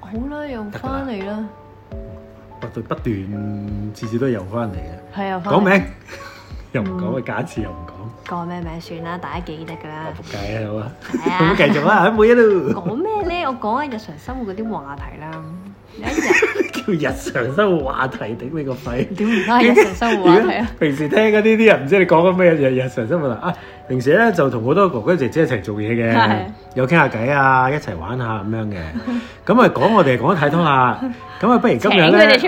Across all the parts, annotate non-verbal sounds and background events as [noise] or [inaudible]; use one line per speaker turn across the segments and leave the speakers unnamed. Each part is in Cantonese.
好啦，又翻嚟啦，
不斷不斷次次都游翻嚟嘅。
係又返嚟
講名 [laughs] 又唔講，
嗯
假設又唔講，
講咩名算啦，大家記得㗎
[laughs]
啦
我。仆街啊好啊！
係啊
[laughs] 咁繼續啦，喺每一度
講咩咧？我講下日常生活嗰啲話題
[laughs]
啦。有一日
叫日常生活話題，頂你個肺！
點唔係日常生活話題啊？
平時聽嗰啲啲人唔知你講緊咩日日常生活啦啊！平時咧就同好多哥哥姐姐一齊做嘢
係
嘅，有傾下偈啊，一齊玩下咁樣
[laughs]
嘅。咁啊講我哋講得太多啦，咁啊不如今日咧，
請佢哋出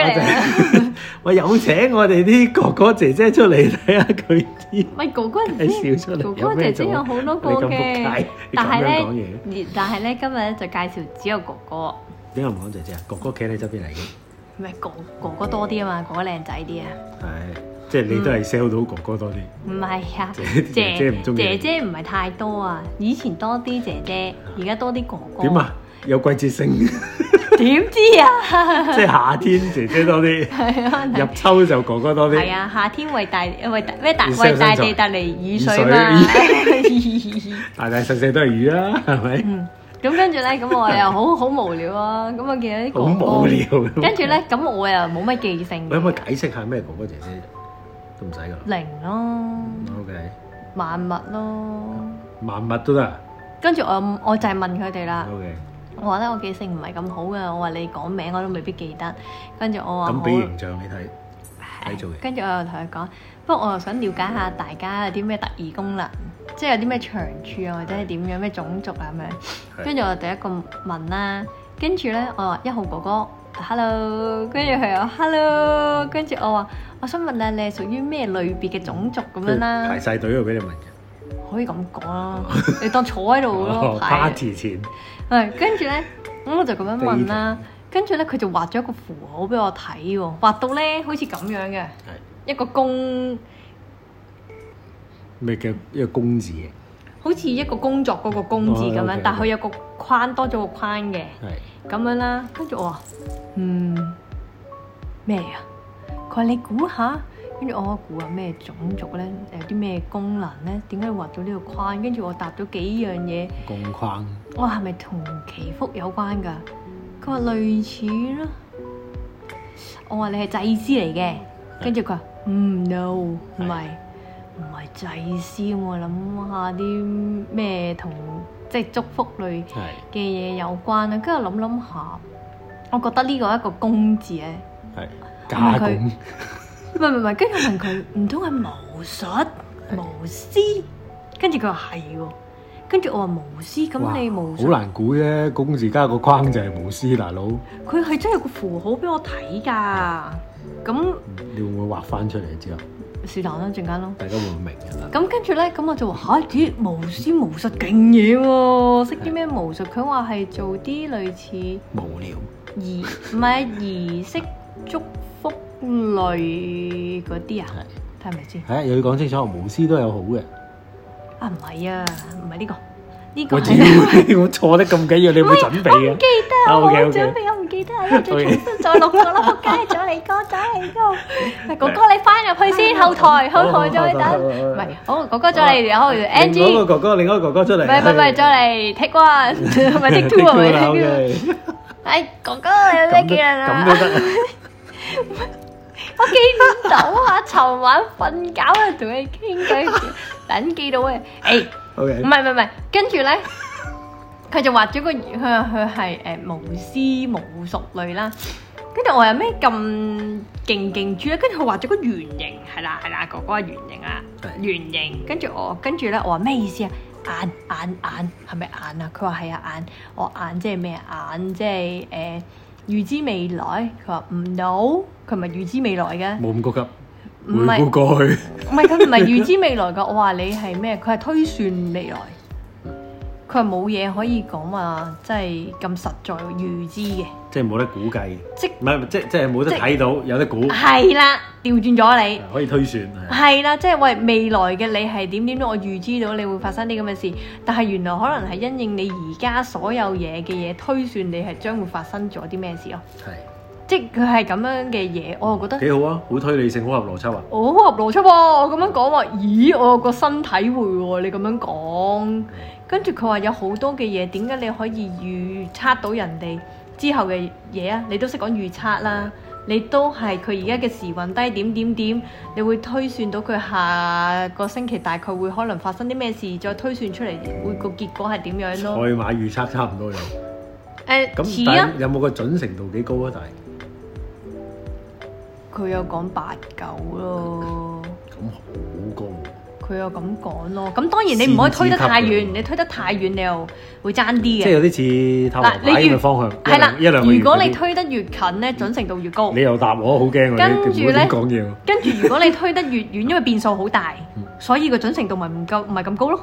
嚟啊
我就 [laughs] 我有請我哋啲哥哥姐姐出嚟睇下佢啲。
喂，哥哥姐
你
姐，
笑出嚟
哥
有
哥姐
咩做
姐有好多個
你咁仆
嘅
街，
但係
你咁樣講
咧
嘢，
但係咧今日咧就介紹只有哥哥，
點解唔講姐姐啊？哥哥企喺你側邊嚟嘅，
唔係哥哥哥多啲啊嘛，哥哥靚仔啲啊。
係即係你都係 sell 到哥哥多啲。
唔係啊，
[laughs] 姐姐姐唔中意
姐姐唔係太多啊，以前多啲姐姐，而家多啲哥哥。
點？啊？有季節性，
[laughs] 點知
[laughs]
啊？
即係夏天姐姐多
[laughs]
啲，
係啊，
入秋就哥哥多啲。
係啊，夏天為大為大咩大
熱
為
傷
大
身材
地帶嚟雨水
[laughs]
嘛。 [laughs]
大大細細都係魚啦，係咪？
嗯，咁跟住咧，咁我又
[laughs]
好好無聊啊，咁我見到
好
啲哥哥。
無聊。
跟住咧，咁我又冇乜記性嘅。
你可唔可以解釋下咩哥哥姐姐？都唔使噶啦。
零咯，
OK，
萬物咯。
萬物都得啊。
跟住我我就係問佢哋啦。
OK，
我話咧，我記性唔係咁好嘅。我話你講名我都未必記得。跟住我話
咁
好
俾形象你睇，睇做嘢
跟住我又同佢講，不過我又想了解下大家有啲咩特異功能，即係有啲咩長處啊，或者係點樣咩種族啊咁
係
樣。跟住我第一個問啦，跟住咧我話一號哥哥，hello，跟住佢又 hello，跟住我話我想問下你係屬於咩類別嘅種族咁樣啦
排，晒隊喎，俾你問嘅。
可以咁講啦，你當坐喺度咯，
哦
排
party 前
係，跟住咧，咁我就咁樣問啦。跟住咧，佢就畫咗一個符號俾我睇喎，畫到咧好似咁樣嘅
係
一個公，
咩叫一個公字嘅？
好似一個工作嗰個工字咁樣
哦，OK，
但係佢有個框多咗個框嘅
係
咁樣啦。跟住我話：嗯，咩啊？佢話你估下。跟住我估下咩種族咧？有啲咩功能咧？點解畫到呢個框？跟住我答咗幾樣嘢。
公框。
我話係咪同祈福有關㗎？佢話類似啦。我話你係祭司嚟嘅，跟住佢話嗯 no 唔係唔係祭司，我諗下啲咩同即係祝福類
係
嘅嘢有關啦。跟住我諗諗下，我覺得呢個係一個公字咧，
係加工
唔係唔係，跟住我問佢唔通係巫術巫師？跟住佢話係喎，跟住我話巫師，咁你巫術
好難估啫，公字加個框就係巫師大佬，
佢係真係有個符號俾我睇㗎，咁
你會唔會畫翻出嚟之後，
是但啦，陣間咯。
大家會唔會明㗎啦？
咁跟住咧，咁我就話嚇啲巫師巫術勁嘢喎，識啲咩巫術？佢話係做啲類似
無聊
儀唔係儀式祝福類嗰啲啊，
係
睇係咪先？
係又要講清楚，巫師都有好嘅。
啊唔係啊，唔係呢個，呢個
我
係啊
屌，我錯得咁緊要，你有冇準備
我唔
嘅
記？得啊，
啊
我
，OK，OK
冇準備，我唔記得啊，一陣重
OK
新再錄過啦，仆街，走嚟哥，走嚟哥，哥哥你翻入去先，後台，後台再等，唔係，好，哥哥再嚟，然後
另外一
NG，
個
唔
哥哥，另外一個哥哥出嚟。
係唔係唔係，
[laughs]
再嚟 take one，唔係 take two 啊，唔係 take two，哎，哥哥你有咩
咁
技
都
能
咁
啊
都？得，
[laughs] 我記唔到啊，尋晚瞓覺啊，同你傾偈，等記到嘅，哎。
O
唔係
K，
唔係唔係，跟住咧， [laughs] 佢就畫咗個佢佢係誒無絲無熟類啦。跟住我有咩咁勁勁豬咧？跟住佢畫咗個圓形，係啦係啦，哥哥係圓形啦，
係
圓形。跟住我跟住咧，我話咩意思啊？眼眼眼係咪眼啊？佢話係啊眼。我話眼即係咩？啊眼即係誒、呃、預知未來。佢話唔 no，佢唔係預知未來嘅。
冇咁高級。
唔
回
係
顧過去，
唔係佢唔係預知未來㗎，我話你係咩？佢係推算未來，佢係冇嘢可以講話，即係咁實在預知嘅，
即係冇得估計，
即
唔係即即係冇得
即
睇到，有得估，
係啦，調轉咗你。
可以推算。係
係啦，即係喂未來嘅你係點點點，我預知到你會發生啲咁嘅事，但係原來可能係因應你而家所有嘢嘅嘢推算你係將會發生咗啲咩事咯，
係
即係佢係咁樣嘅嘢，我又覺得
幾好啊，好推理性，好合邏輯啊。
我好合邏輯喎，我咁樣講話，咦我有個新體會喎，你咁樣講。跟住佢話有好多嘅嘢，點解你可以預測到人哋之後嘅嘢啊，你都識講預測啦，你都係佢而家嘅時運低點點點，你會推算到佢下個星期大概會可能發生啲咩事，再推算出嚟會個結果係點樣
賽
咯？
馬預測差唔多有，
誒
咁
似啊
但，係有冇個準程度幾高啊？但係
佢有講八九咯，
咁好高喎，
佢有咁講咯。咁當然你唔可以推得太
先知級
遠，
㗎
你推得太遠你又會爭
即
啲
係
嘅。
有啲似塔羅
嗱你
牌咁
越
嘅方向，
係啦，
一兩一兩個月
如果
嗰啲
啊你推得越近咧，準程度越高
你。又答我，好驚
跟
喎！
住
你唔好
咧
點講嘢喎。
跟住如果你推得越遠，因為變數好大
嗯，
所以個準程度咪唔夠，唔係咁高咯。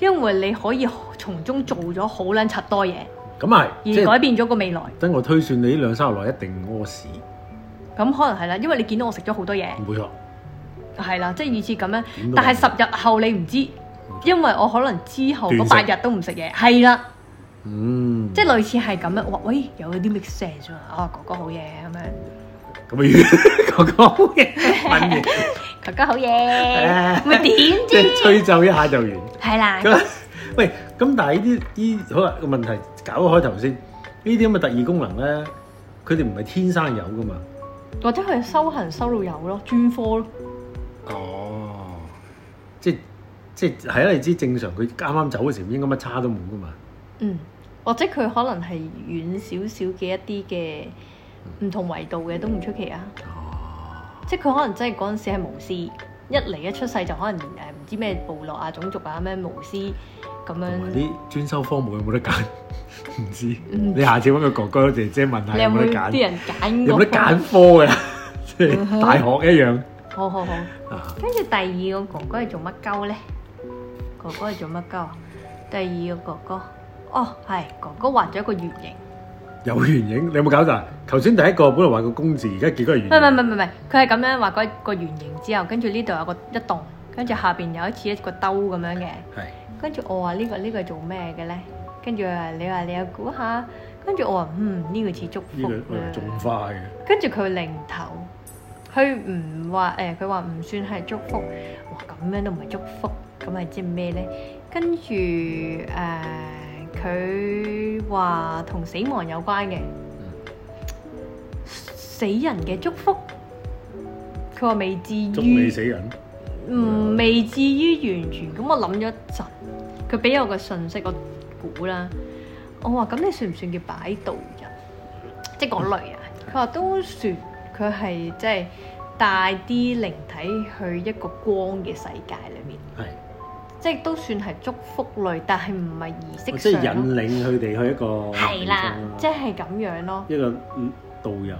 因為你可以從中做咗好撚柒多嘢，
咁啊，
而
即係
改變咗個未來。
等我推算你呢兩三日內一定屙屎，
咁可能係啦，因為你見到我食咗好多嘢，
冇錯。
係啦，即係類似咁樣
點。都
但係
係
十日後你唔知，因為我可能之後
斷
嗰
食
八日都唔食嘢，係啦，
嗯，
即係類似係咁樣。哇，喂，有啲 make sense 啊，啊哥哥好嘢咁樣，
咁啊， [laughs] 哥哥好嘢，問嘢，
[laughs] 哥哥好
[laughs]
嘢，咪點
即係
啫？
吹奏一下就
[laughs]
完。
係啦，
咁啊喂，咁但係呢啲呢好啦個問題搞開頭先，呢啲咁嘅特異功能咧，佢哋唔係天生有噶嘛。
或者佢係修行修到有
嗯
咯，專科咯。
哦，即係即係係啊！你知正常佢啱啱走嘅時候應該乜差都冇噶嘛。
嗯，或者佢可能係遠少少嘅一啲嘅唔同維度嘅都唔出奇啊！
哦，
即係佢可能真係嗰陣時係巫師，一嚟一出世就可能誒唔知咩部落啊、種族啊咩巫師咁
同埋
樣。
啲專修科目有冇得揀？ [laughs] 唔知，
嗯
你下次揾個哥哥姐姐問下
你有
有冇
冇
得
啲
揀，
人嗯揀？
有冇得揀？科㗎？ [laughs] 即係大學一樣
好好好。
啊！
跟住第二個哥哥係做乜鳩咧？哥哥係做乜鳩？啊第二個哥哥，哦係哥哥畫咗一個圓形。
有圓形，你有冇搞大？頭先第一個本來話個公字，而家結果係
唔係唔係
圓
唔
形。
係唔係，佢係咁樣畫嗰個圓形之後，跟住呢度有個一棟，跟住下邊有一似一個兜咁樣嘅。
係
跟住我話呢、個呢、個做咩嘅咧？跟住佢話你話你又估下，跟住我話嗯呢、個似祝
呢
福
個
啦
呃仲快嘅，
跟住佢擰頭，佢唔話誒，佢話唔算係祝福。哇，咁樣都唔係祝福，咁係即係咩咧？跟住誒，佢話同死亡有關嘅，死人嘅祝福。佢話未至
祝你
於，
死人。
唔嗯未至於完全。咁我諗咗一陣，佢俾我個信息我估啦。我話咁你算唔算叫擺渡人？即係嗰類啊。佢話都算，佢係即係帶啲靈體去一個光嘅世界裏面，
係。
即係都算係祝福類，但係唔係儀
哦
式
即係
上
引
咯。
領佢哋去一個啊
係啦，即
地
係咁樣咯。
方一個導遊。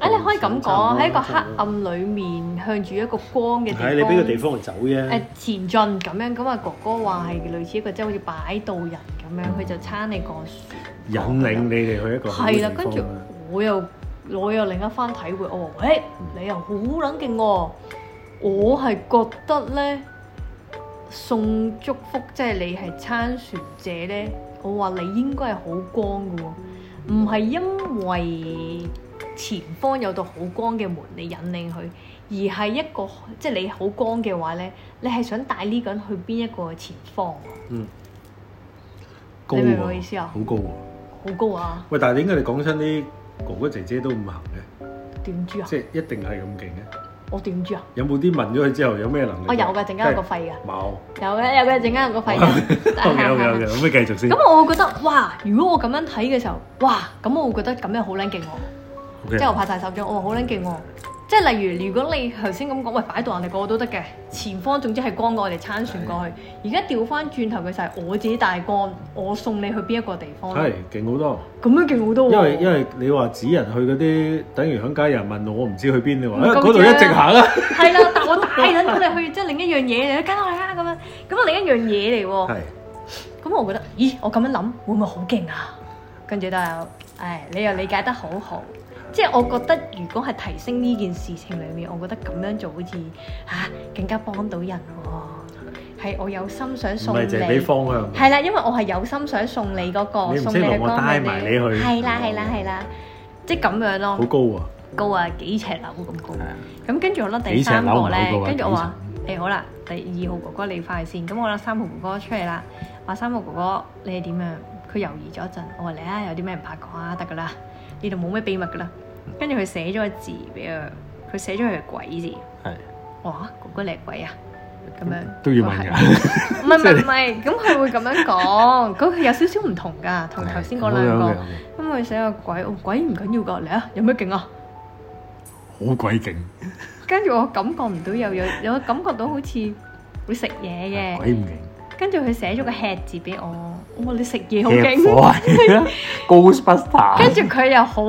哦
誒，你可以咁講，喺一個黑
差唔多
暗裏面向住一個光嘅地方。
係你俾個地方嚟走啫。
誒呃前進咁樣，咁啊哥哥話係類似一個即係好似擺渡人咁樣，佢就撐你過樹。
引領你哋去一個好嘅
係啦，
地
跟
方
住
啦
我又我又另一番體會，我話：，誒，你又好撚勁喎！我係覺得咧，送祝福即係你係參船者咧，我話你應該係好光嘅喎，唔係因為前方有道好光嘅門你引領佢，而係一個即係你好光嘅話咧，你係想帶呢個人去邊一個前方，
嗯，高
你明唔明我
喎
意，思啊
好高喎。
好高啊！
喂，但係點解你講親啲哥哥姐姐都唔行嘅？
點知啊？
即係一定係咁勁嘅？
我點知啊？啊
有冇啲問咗佢之後有咩能力？
我有㗎，陣間有個肺㗎。
冇。
有嘅，有嘅，陣間有個
[laughs]
肺 [laughs] 嘅。
OK OK OK，咁咪繼續先。
咁我會覺得，哇！如果我咁樣睇嘅時候，哇！咁我會覺得咁樣好撚勁喎，即
OK
係我拍晒手掌，我話好撚勁喎。即係例如，如果你頭先咁講，喂，擺渡人哋個個都得嘅，前方總之係光過我哋撐船過去。而家調翻轉頭嘅就係我自己帶光，我送你去邊一個地方咯？
係勁好多。
咁樣勁好多喎。
因為因為你話指人去嗰啲，等於響街有人問我，我唔知去邊，你話
唔夠
啊嗰度
啫
一直行啊。
係啦，但我帶撚咗你去，即係另一樣嘢嚟，跟我嚟啊咁樣。咁啊另一樣嘢嚟喎。
係
咁我覺得，咦，我咁樣諗會唔會好勁啊？跟住都有，唉，你又理解得好好，即係我覺得如果係提升呢件事情裡面，我覺得咁樣做好似嚇、啊更加幫到人喎、係我有心想
唔
送
係淨係俾
你，
方向。
係啦，因為我係有心想送你嗰、個，
你唔
送
識
你
路
嘅
我
光
帶
俾
埋你去
係啦係啦係啦，即係咁樣咯
好，高喎。
高啊幾尺樓咁高。咁跟住我覺得第
啊幾尺
三
樓唔
個
好
咧
過，啊
跟住我話：
幾
誒、好啦，第二號哥哥你快先。咁我覺得三號哥哥出嚟啦，話三號哥哥你係點樣？啊佢猶豫咗一陣，我話嚟啊，有啲咩唔怕講啊，得噶啦，呢度冇咩秘密噶啦。跟住佢寫咗個字俾我，佢寫咗佢係鬼字。
係
我話哥哥你係鬼啊？咁樣
都要問
佢
㗎
話。唔
[laughs]
係唔係唔係，咁佢會咁樣講，咁佢有少少唔同㗎，同頭先嗰兩個。
個
咁佢寫個鬼，哦鬼唔緊要㗎，嚟啊，有咩勁啊？
好鬼勁，
跟住我感覺唔到又有有感覺到好似會食嘢嘅，
鬼唔勁，
跟住佢寫咗個吃字俾我，我話你食嘢好
劇火啊
勁，
係
[laughs]
Ghostbuster，
跟住佢又好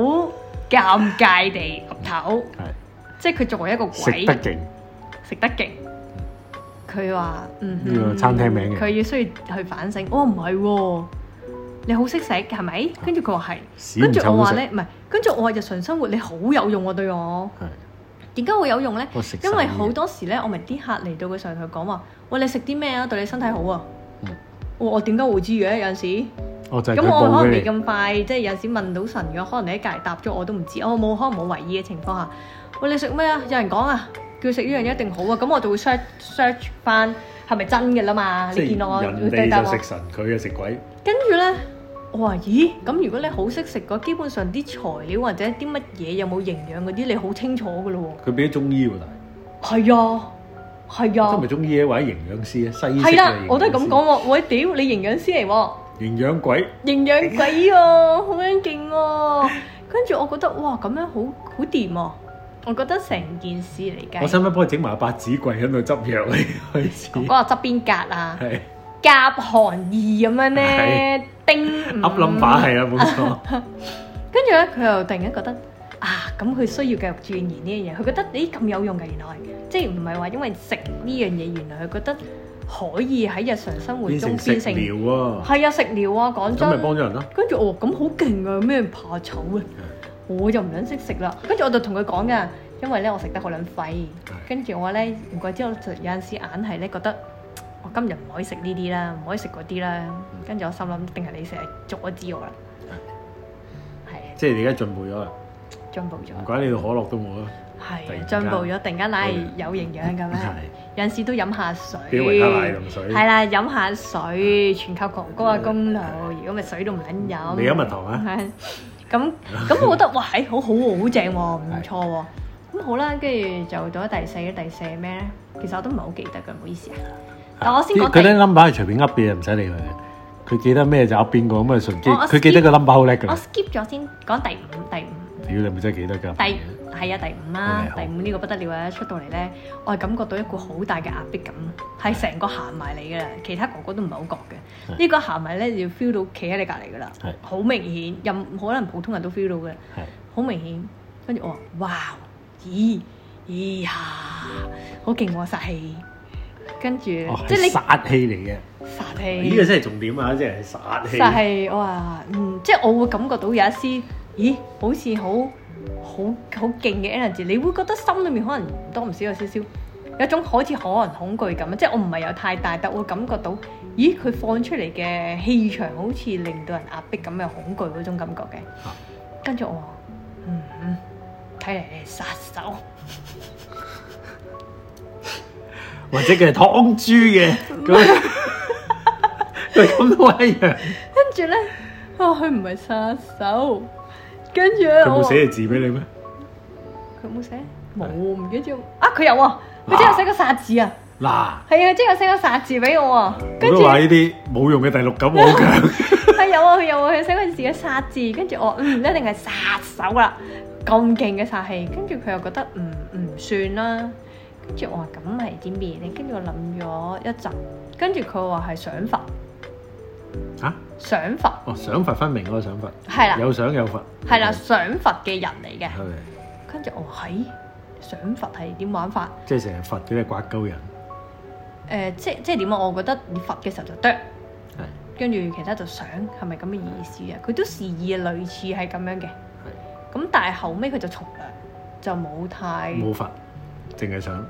尷尬地岌頭，
係
即係佢作為一個
食
鬼
得勁，
食得勁。佢話：嗯，
呢個餐廳名嘅
佢要需要去反省。我唔係喎，你好識食係咪？跟住佢話係。
屎
跟
啊唔
住
臭
我
都
話
食，
咧，唔係，跟住我話日常生活你好有用喎、對我，
係
點解會有用咧？
我食曬
因為
啲嘢
好多時咧，我咪啲客嚟到嘅時候同佢講話，喂你食啲咩啊？對你身體好啊！
嗯
我我點解會知嘅？有陣時，
我就係
咁
佢
我可
報
能未
俾你，
咁快，即係有陣時問到神嘅，可能你喺隔離答咗我都唔知，我冇可能冇為意嘅情況下，喂你食咩啊？有人講啊，叫食呢樣嘢一定好啊，咁我就會 search search 翻係咪真嘅啦嘛？
即
你見到我
係
會
人
對答
哋
我
就。食神，佢就食鬼。
跟住咧，我話咦，咁如果你好識食嘅，基本上啲材料或者啲乜嘢有冇營養嗰啲，你好清楚嘅咯
佢俾咗中醫喎，但
喎。係啊，係
係真係
啊
咪，中醫咧，或者營養師咧，西醫
係啦，我都係咁講。喎。喂，屌，你營養師嚟喎，
營養鬼
營養鬼喎、好撚勁喎。跟住我覺得哇，咁樣好好掂喎。我覺得成件事嚟
我
計，
使唔使幫佢整埋八子櫃喺度執藥咧？開始
嗰個側邊格啊，
係
甲寒二咁樣咧，叮五
噏冧把係啊，冇錯。
跟住咧，佢又突然間覺得啊，咁佢需要繼續鑽研呢樣嘢，佢覺得咦咁有用嘅原來，即係唔係話因為食呢樣嘢，原來佢覺得可以喺日常生活
變
中
成
變
食
成
療喎，
係啊食療啊，講
咁咪
真。
幫咗人咯。
跟住我話咁好勁啊，有咩怕醜啊？我就唔撚識食啦。跟住我就同佢講噶，因為咧我食得好撚廢。跟住我話咧，唔怪之我就有陣時硬係咧覺得。我今日唔可以食呢啲啦，唔可以食嗰啲啦。
嗯
跟住我心諗，定係你成日阻止我啦。係啊
即係你而家進步咗啦，
進步咗
唔。怪你到可樂都冇
Vâng
啦。突
係啊
然間
進步咗，突然間奶係有營養
[laughs]
咁樣，有陣時都飲下
俾
水，
維他奶同水。嗯
係啦，飲下水，全靠哥哥嘅功勞，如果咪水都唔撚飲。
你飲蜜糖啊？
係咁咁，我覺得哇，係好好喎，好正喎，唔錯喎。咁好啦，跟住就到咗第四，第四係咩咧？其實我都唔係好記得㗎，唔好意思啊。但我先
啲
講
佢
第
啲 number 係隨便噏嘅，唔使理佢嘅。佢記得咩就噏邊個，咁啊順機。
我我
佢記得個 number 好叻㗎
我
啦。
skip 咗先，講第五，第
屌
五。
你咪真係記得㗎。
第係啊，第五啦
OK，，好
第五呢個不得了啊！出到嚟咧，我係感覺到一股好大嘅壓迫感，係成個行埋嚟㗎啦。其他哥哥都唔係好覺嘅，
係
呢個行埋咧你要 feel 到企喺你隔離㗎啦
係，
好明顯，任可能普通人都 feel 到嘅，
係
好明顯。跟住我話：哇，咦咦呀，好勁喎殺氣！跟住
Ờ,
哦
即係
係
你
殺氣嚟嘅。
殺
呢個
氣，
真係重點啊！即係殺氣。
殺氣我話嗯，即係我會感覺到有一絲，咦，好似好。好好勁嘅 energy，你會覺得心裏面可能唔多唔少有少少有一種好似可能恐懼咁，即係我唔係有太大，但我感覺到，咦佢放出嚟嘅氣場好似令到人壓迫咁嘅恐懼嗰種感覺嘅。跟住我話，嗯，睇嚟你係殺手， [laughs]
或者佢係劏豬嘅，咁佢咁都一樣。
跟住咧，啊佢唔係殺手，跟住咧
佢
我
冇
話
寫隻字俾你咩？
佢冇寫，冇唔記得咗啊佢有啊，佢真係有寫個殺字啊，
嗱，
係啊，佢真係有寫個殺字俾我啊，
我
跟
都
住。
話呢啲冇用嘅第六感我好強。
佢有啊，佢有啊，佢寫嗰陣時嘅殺字，跟住我嗯，一定係殺手啦，咁勁嘅殺氣，跟住佢又覺得唔唔算啦，跟住我話咁係啲咩咧？跟住我諗咗一陣，跟住佢話係想佛，
嚇？
想佛
哦，想法分明嗰個想法，
係啦，
有想有法。
係啦，想佛嘅人嚟嘅，
係咪，
跟住我話係想佛係點玩法？
即係成日罰佢係刮鳩人。
誒、即即係點啊？我覺得你佛嘅時候就得。
係
跟住其他就想係咪咁嘅意思啊？佢都示意啊，類似係咁樣嘅。咁但係後尾佢就從良，就冇太
冇罰，淨係想。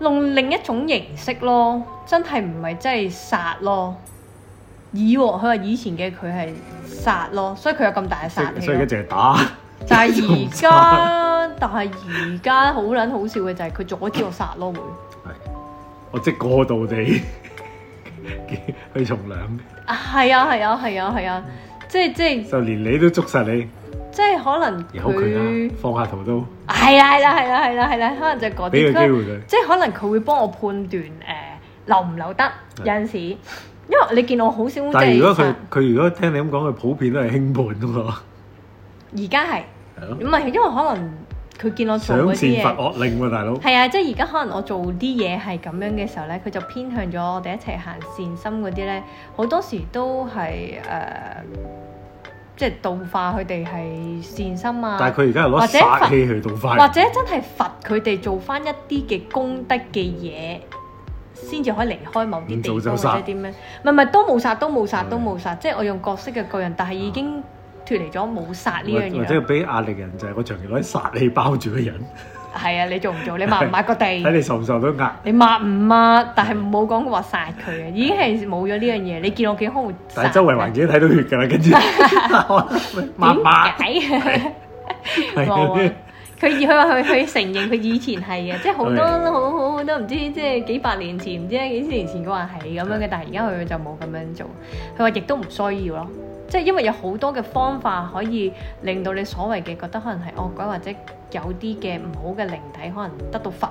用另一種形式咯，真係唔係真係殺咯。以往佢話以前嘅佢係殺咯，所以佢有咁大嘅殺氣
所以
咯
佢。淨係打。
就
[laughs]
係而家，但係而家好撚好笑嘅就係佢阻止我殺咯會。
[laughs] 我即過度地嘅去從良，
係啊係啊係啊係啊，即係即係
就連你都捉實你，
即係可能
由佢
佢
啦，放下屠刀，
係啦係啦係啦係啦係啦，可能就係嗰
俾個
啲
機會佢。
即係可能佢會幫我判斷誒、呃留唔留得有陣時，因為你見我好少即
但係
係
如果佢佢如果聽你咁講，佢普遍都係輕判噶嘛，
而家係
係咯，
唔係因為可能佢見我做
賞
嗰
善
啲
罰
嘢。
惡令喎，大佬。
係啊，即係而家可能我做啲嘢係咁樣嘅時候咧，佢就偏向咗我哋一齊行善心嗰啲咧，好多時都係誒、呃即係度化佢哋係善心啊。
但係佢而家係
或
攞
者
殺氣去到快，
或者真係罰佢哋做翻一啲嘅功德嘅嘢，先至可以離開某啲地
唔做
方
就
或
殺
者點樣？唔係唔係，都冇殺，都冇殺，
係啊
都冇殺。即係我用角色嘅個人，但係已經脱離咗冇殺呢樣
或或者
嘢。
俾壓力人就係我長期攞啲殺氣包住個人，
係啊，你做唔做？你抹唔抹個
[laughs] 睇
地？
你受唔受到壓。
你抹唔抹？但係冇講過話殺佢啊，已經係冇咗呢樣嘢。你見我幾兇，
但係周圍環境都睇到血㗎
[laughs]
啦，跟住抹抹
點解？冇
係嗰
啊！佢佢話佢佢承認佢以前係嘅，即係好多
Okay.
好好好多唔知即係幾百年前，唔知幾千年前佢話係咁樣嘅，但係而家佢就冇咁樣做。佢話亦都唔需要咯，即係因為有好多嘅方法可以令到你所謂嘅覺得可能係惡鬼或者有啲嘅唔好嘅靈體可能得到罰，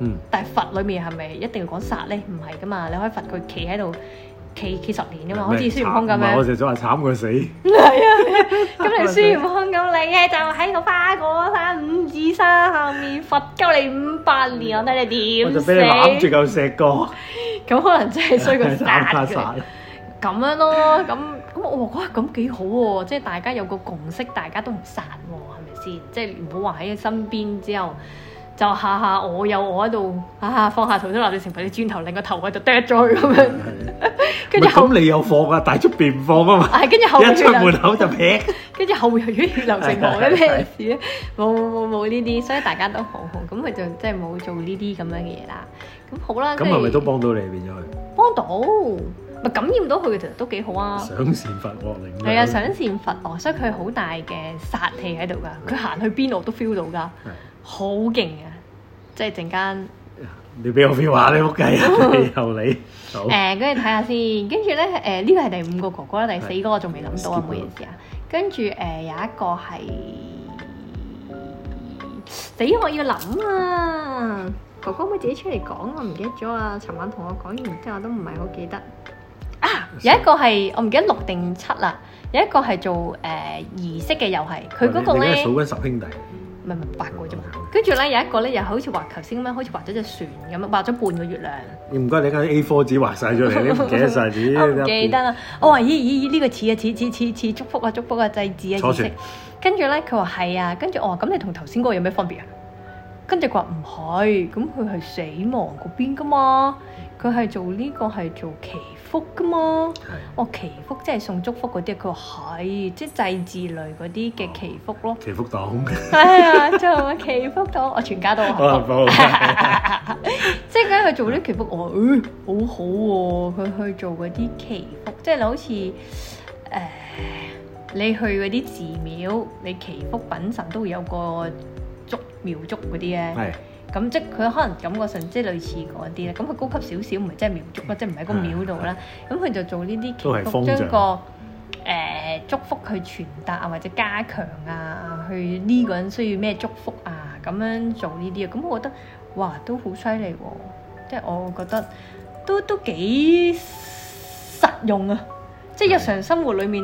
嗯，
但係罰裡面係咪一定要講殺呢？唔係噶嘛，你可以罰佢企喺度企企十年噶嘛，好似孫悟空咁
唔係我
樣。
就想話慘過死， [laughs]
咁你孫悟空咁你哎咧就喺個花果山五指山下面罰鳩你五百年，我睇你
我
點
就俾你攬住
死？
嚿石過，
咁可能真係衰
[laughs]
過殺
打
嘅咁樣咯。咁咁我話哇，咁幾好喎！即係大家有個共識，大家都唔殺喎，係咪先？即係唔好話喺身邊之後。就下下我有我喺度，下下放下屠刀立地成佛，你轉頭擰個頭我就剁咗佢咁樣，跟住後
咁你又放啊，大出便放啊嘛，
係跟住後面
一出
佢就
門口就劈。
跟住後血血流成河咧咩事咧？冇冇冇冇呢啲，所以大家都好好，咁佢就真係冇做呢啲咁樣嘅嘢啦。咁好啦，
咁
即係
係咪都幫到你變咗佢？
幫到？咪感染到佢其實都幾好啊！
賞善罰惡令。
係啊，賞善罰惡，所以佢好大嘅殺氣喺度㗎。佢行去邊度都 feel 到㗎，
係
好勁啊！即係陣間
你俾我 feel 下你屋計
[laughs]
啊，又你好。
誒，跟住睇下先，跟住咧誒呢個係第五個哥哥啦，第四個我仲未諗到啊，
Skip
唔好
咗
意思啊。跟住誒有一個係死，我要諗啊！哥哥妹自己出嚟講，我唔記得咗啊。尋晚同我講完之後，我都唔係好記得。啊，有一個係我唔記得六定七啦，有一個係做誒、儀式嘅又係，佢嗰個
哦你你
咧
係數緊十兄弟，
唔係唔係八個啫嘛。跟住咧有一個咧又好似畫頭先咁樣，好似畫咗隻船咁樣，畫咗半個月亮。
你唔該你間 A4 紙畫晒咗嚟，你唔記得晒
[laughs]
自
我唔記得啦。我話咦咦咦，呢、個似啊似似似似祝福啊祝福啊祭祀啊
坐
儀式
船。
跟住咧，佢話係啊，跟住我話咁你同頭先嗰個有咩分別啊？跟住佢話唔係，咁佢係死亡嗰邊噶嘛，佢係做呢個係做祈福噶嘛。我祈福即係送祝福嗰啲，佢話係即係祭祀類嗰啲嘅祈福咯。
祈福黨，
係啊，就係祈福到我全家都好
哇
幸福。
好
[laughs] 即係佢去做啲祈福，我話誒、好好喎、佢去做嗰啲祈福，即係你好似誒、你去嗰啲寺廟，你祈福品神都會有個祝廟祝嗰啲咧。
係
咁即係佢可能感覺上即係類似嗰啲咧，咁佢高級少少，唔係真係廟祝啦，即係唔喺個廟度啦。咁佢就做呢啲
都係
祈福，
方
將
丈
個誒、祝福去傳達啊，或者加強啊，去呢個人需要咩祝福啊，咁樣做呢啲啊。咁我覺得哇，都好犀利喎！即係我覺得都都幾實用啊！即係日常生活裡面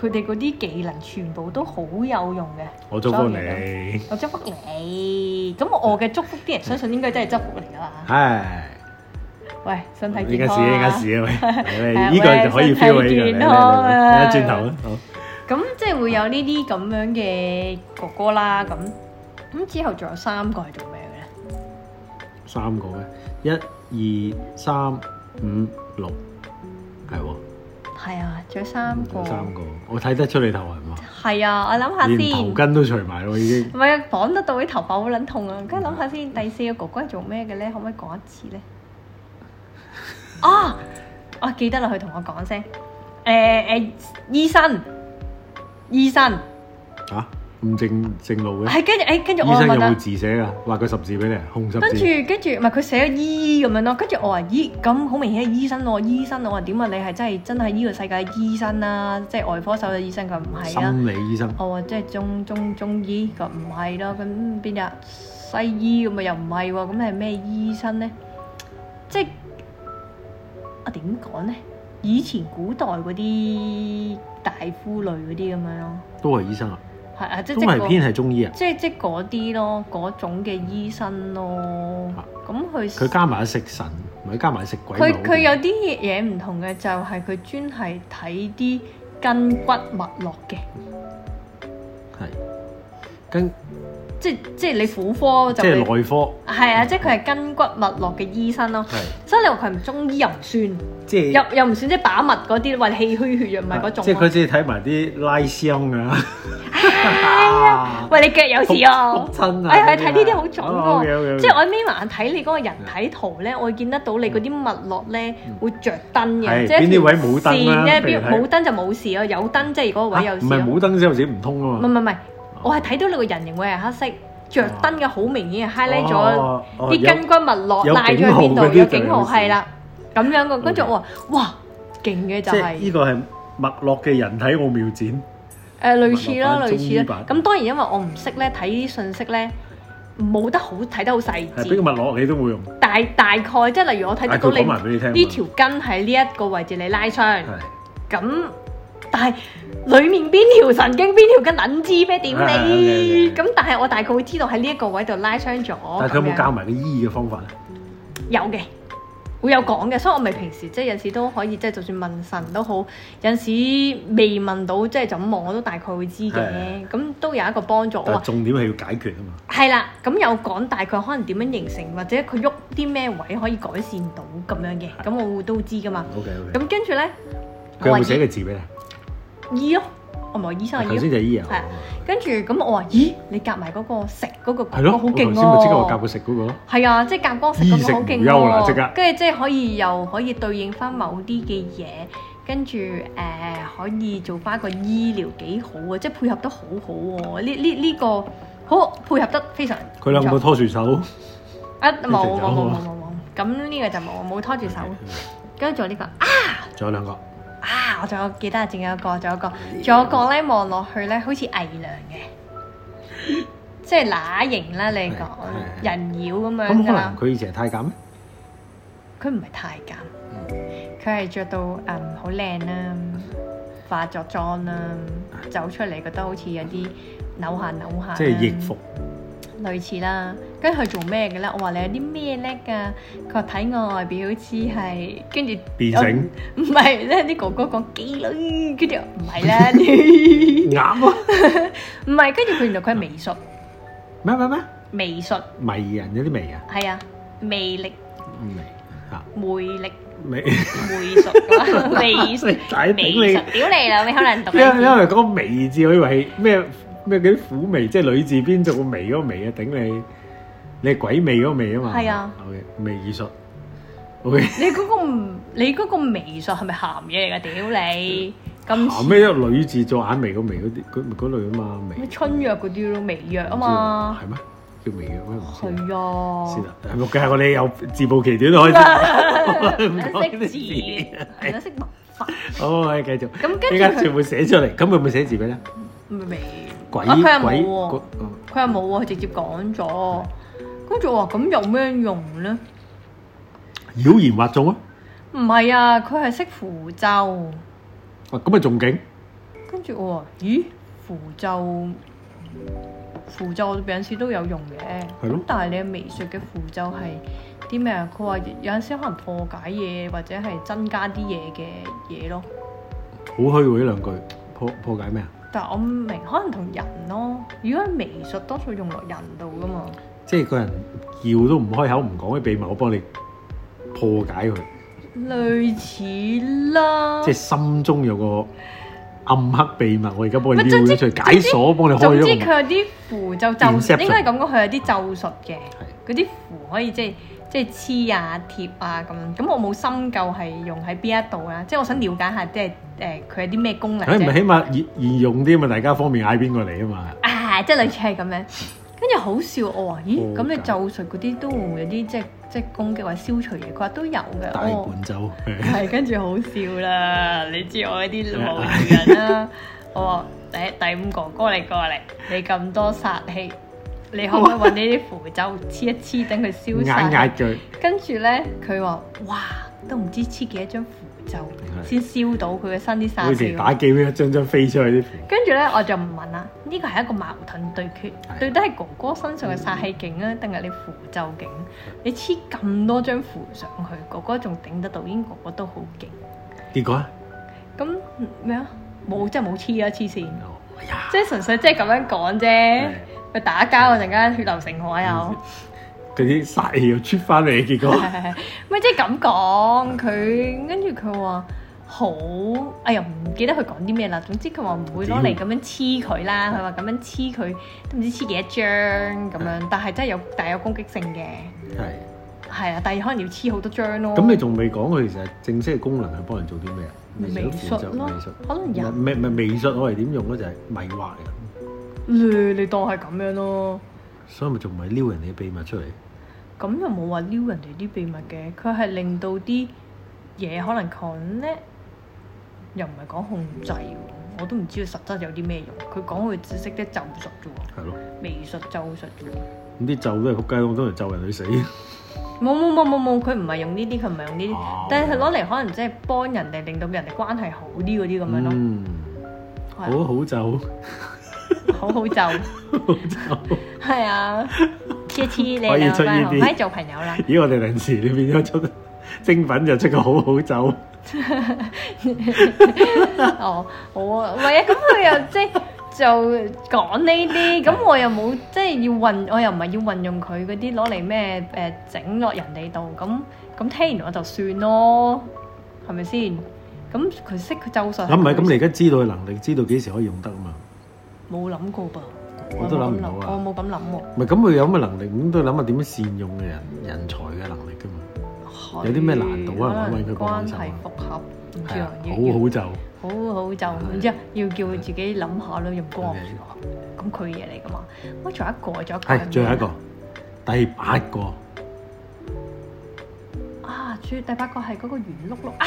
佢哋嗰啲技能全部都好有用嘅。
我祝福你，
我祝福你，咁我嘅祝福啲人相信應該真係祝福嚟㗎啦。
係。
喂，身體
依
健
家試，
康啊
依家試啊喂，呢個就可以 feel 起嘅，一轉頭啦，好。
咁即係會有呢啲咁樣嘅哥哥啦。咁咁之後仲有三個係做咩嘅咧？
三個嘅，一、二、三、五、六，係喎，
係啊，仲有三個
有。三個，我睇得出你頭暈嘛，
係啊，我諗下
連頭
先。
巾都除埋咯已經。
唔係啊，綁得到啲頭髮好撚痛啊！跟住諗下先，第四個哥哥係做咩嘅咧？可唔可以講一次咧？啊，我記得啦，佢同我講聲。誒、誒、醫生，醫生。
嚇，咁正正路嘅。
係跟住誒，跟住我
醫生有
問
冇
啦，
字寫啊？畫個十字俾你，紅十
跟住
字。
跟住唔係佢寫咗醫咁樣咯，跟住我話醫咁好明顯係醫生咯，醫生我話點啊？你係真係真係呢個世界嘅醫生啦，即係外科手術醫生佢話唔係啦。
心理醫生
我話即係中中中醫，佢話唔係咯，咁邊有西醫咁啊？又唔係喎，咁係咩醫生咧？即係啊點講咧？以前古代嗰啲大夫類嗰啲咁樣咯，
都係醫生啊，
係啊，即
都
即嗰
係偏係中醫啊。
即係即係嗰啲咯，嗰種嘅醫生咯
啊，
咁佢
佢加埋食神，唔係加埋食鬼佬
佢佢有啲嘢唔同嘅，就係佢專係睇啲筋骨脈絡嘅。
係跟
即即係你婦科就
即係
會
內科
係啊，即係佢係筋骨脈絡嘅醫生咯。
係
所以你話佢唔中醫又唔算，
即係
又又唔算即係把脈嗰啲，或者氣虛血弱唔係嗰種。
即係佢只係睇埋啲拉
[laughs]
傷啊，
喂，你腳有事啊！
撲親啊！
哎係睇呢啲好準
哦
喎
，OK，OK，OK
即係我眯埋眼睇你嗰個人體圖咧，我會見得到你嗰啲脈絡咧會着燈嘅，
係
即係
邊啲位冇燈啦
燈咧，邊
譬如睇
冇燈就冇事咯，有燈即係如果個位有事
唔係
咯。
冇燈之後自己唔通啊
唔係
嘛。
唔係唔係，我係睇到你個人形會係黑色，着燈嘅好明顯係 highlight 咗。
哦哦
啲筋骨脈絡
有
拉咗去邊度，有
有
警
警
號
號嗰啲就有事
係啦，咁樣個。跟住
Okay
我話：哇，勁嘅就
即係
係
呢個係脈絡嘅人體奧妙展，
誒類似啦，
脈絡版
類似
中醫
啦
版。
咁當然因為我唔識咧睇啲信息咧，冇得好睇得好細
係俾個
緻。
脈絡你都冇用。
大大概即係例如我睇
但係
得到
佢
你
講埋俾你聽嘛。
呢條筋喺呢一個位置你拉傷，
係
咁但係裡面邊條神經邊條筋撚知咩點你？
啊，OK，OK，OK
咁但係我大概會知道喺呢一個位度拉傷咗。
但係佢有
咁
冇
樣
教埋啲醫嘅方法咧？
有嘅，會有講嘅，所以我咪平時即係有時都可以，即係就算問神都好，有時未問到，即係就咁望我都大概會知嘅，
係
咁都有一個幫助。我
但係
話
重點係要解決啊嘛。
係啦，咁有講大概可能點樣形成，或者佢喐啲咩位可以改善到咁樣嘅，咁我會都知噶嘛。
OK OK。
咁跟住咧，
佢有
我話
冇寫
醫
個字俾你？
醫咯，我唔係醫生，
頭
係醫
先
咯。
就係醫啊
係。啊跟住咁我話咦，你夾埋嗰個食嗰個，
係
嗰
咯，
個好
我頭先
勁
咪即刻話教
喎
佢。食嗰個咯。
係啊，即係夾光食咁好勁
衣食無憂啦即
喎
刻，
跟住即係可以又可以對應翻某啲嘅嘢，跟住誒可以做翻個醫療幾好啊！即係配合得好好喎，呢呢呢個好配合得非常唔錯。
佢兩個拖住手，
啊冇冇冇
一齊走啊
冇冇冇，咁呢個就冇冇拖住手，啊
Dạ.
跟住仲有呢個啊
仲有兩個。
啊！我仲有記得啊，仲有一個，仲有一個，仲有一個咧望落去咧好似偽娘嘅，
[laughs]
即係乸型啦你講
係係係
人妖咁
咁
樣
可
㗎啦
能。佢以前係太監咩？
佢唔係太監，佢係着到嗯好靚啦，化咗妝啦，走出嚟覺得好似有啲扭下扭下，
即係逆服，
類似啦。跟住佢做咩嘅咧？我話你有啲咩叻㗎？佢話睇我外表好似係跟住
變
[laughs]
成
唔係咧啲哥哥講基女，跟住我唔係啦，唔
啱啊！
係跟住佢原來佢係微術，
咩咩咩？
微術
迷人有啲味啊，嗯
係啊，魅力
味嚇
魅力
[laughs] 味。
魅術
[laughs]
咁啊，微術。
解
美
俾你，
術，屌你啦，你可能讀
因
呢
為
啲
因為嗰個味字，我以為係咩咩嗰啲苦味，即係女字邊做個味嗰個味啊，頂你！你係鬼味嗰個味啊嘛。
係啊。
OK，味藝術。OK。
[laughs] 你嗰、個唔你嗰個微術係咪鹹嘢嚟㗎？屌你
後
咁
尾有女字做眼眉個眉嗰啲嗰嗰類啊嘛，眉
咩春藥嗰啲咯，微藥啊嘛，
係咩？叫眉嘅咩？唔知啊
係
先
啊，
啦，係咪梗係我哋有自暴其短開始，唔
[laughs] 啊
講呢 [laughs]
識字，
啲字。
唔識文法。
好，我哋繼續。
咁跟住
依家
佢
全部寫出嚟，咁佢冇寫字俾咧？
咪微，
鬼
啊
鬼
佢又冇喎
鬼，
佢又冇喎，佢直接講咗。跟住我話咁有咩用咧？
妖言惑眾啊！
唔係啊，佢係識符咒。
哇，咁咪仲勁？
跟住我話咦，符咒符咒有陣時都有用嘅。
係咯
咁但係你嘅微術嘅符咒係啲咩啊？佢話有陣時可能破解嘢，或者係增加啲嘢嘅嘢咯。
好虛喎呢兩句，破破解咩啊？
但係我唔明，可能同人咯。如果係微術多數用落人度噶嘛，
即係個人叫都唔開口，唔講啲秘密，我幫你破解佢，
類似啦。
即係心中有個暗黑秘密，我而家幫你
咪
撩
總之
咗出嚟，解鎖幫你
總之
開咗個門。
佢有啲符咒咒
Inception
應該係咁講，佢有啲咒術嘅，嗰啲符可以即係即係黐啊貼啊咁。咁我冇深究係用喺邊一度啦，即係我想了解下即係誒佢有啲咩功能
誒唔係，
啫。
起碼易易用啲嘛，大家方便嗌邊個嚟啊嘛。
啊係即係類似係咁樣。跟住好笑，我話咦，咁你
好
咒術嗰啲都會唔會有啲即係即係攻擊或者消除嘢？佢話都有嘅。
大
哦
伴奏，
係，跟住好笑啦！你知我呢啲無聊人
[laughs]
啦。我話第第五哥哥你過嚟，你咁多殺氣，你可唔可以揾呢啲符咒黐一黐，等佢
[laughs]
消
壓
散？
壓佢，
跟住咧，佢話：哇，都唔知黐幾多張符咒先燒到佢嘅身啲殺
好似
氣。
打機咁樣，張張飛出去啲符。
跟住咧，我就唔問啦。呢個係一個矛盾對決，到
係
底係哥哥身上嘅殺氣勁啊，定係你符咒勁？你黐咁多張符上去，哥哥仲頂得到，英哥哥都好勁。
結果啊，
咁咩啊？冇真係冇黐啊！黐線，
哦哎呀，
即係純粹即係咁樣講啫。佢打交嗰陣間血流成河啊又，
嗰啲殺氣又出翻嚟，結果
[laughs] 係係係咪即係咁講？佢跟住佢話好，哎呀唔記得佢講啲咩啦。總之佢話唔會攞嚟咁樣黐佢啦。佢話咁樣黐佢都唔知黐幾多張咁
嗯
樣，但係真係有但係有攻擊性嘅，
係。
係啊，但係可能要黐好多張咯。
咁你仲未講佢其實正式嘅功能係幫人做啲咩啊？
美術咯
美術，
可能有
美美美術我係點用咧？就係迷惑人，
你你當係咁樣咯。
所以咪仲唔係撩人哋嘅秘密出嚟？
咁又冇話撩人哋啲秘密嘅，佢係令到啲嘢可能 connect，又唔係講控制喎，我都唔知佢實質有啲咩用。佢講佢只識得咒術啫喎，
係咯，
微術咒術啫喎。
咁啲咒都係仆街，我通常咒人去死。
冇冇冇冇冇，佢唔係用呢啲，佢唔係用呢啲，
哦
但係佢攞嚟可能即係幫人哋，令到人哋關係好啲嗰啲咁樣咯。
嗯，
係
好
啊
好 [laughs] 咒，
好好就
好咒。
係啊，黐一黐你
可以
兩
出
個
呢啲
唔可以做朋友啦。
咦，我哋臨時你變咗出 [laughs] 精品就出個好好酒，
啊哦，好啊，唔係啊，咁佢又即係就講呢啲，咁我又冇即係要運，我又唔係要運用佢嗰啲攞嚟咩誒整落人哋度，咁咁聽完我就算咯，係咪先？咁佢識佢咒術，
咁唔係咁你而家知道佢能力，知道幾時可以用得啊嘛？
你冇諗過噃？
我都諗唔到啊
我冇咁諗喎。
唔係咁佢有乜能力，咁都要諗下點樣善用嘅人人才嘅能力噶嘛？有啲咩難度啊
可能
揾佢幫
關
手啊
係複合，唔知
係
啊
啊，，
要
好好酒，
好好就唔知啊，要叫佢自己諗下咯，又唔關我事喎。咁佢嘢嚟噶嘛？我仲有一個，仲有一個係咩啊
係最後一個，第八個
啊！最第八個係嗰個圓碌碌啊！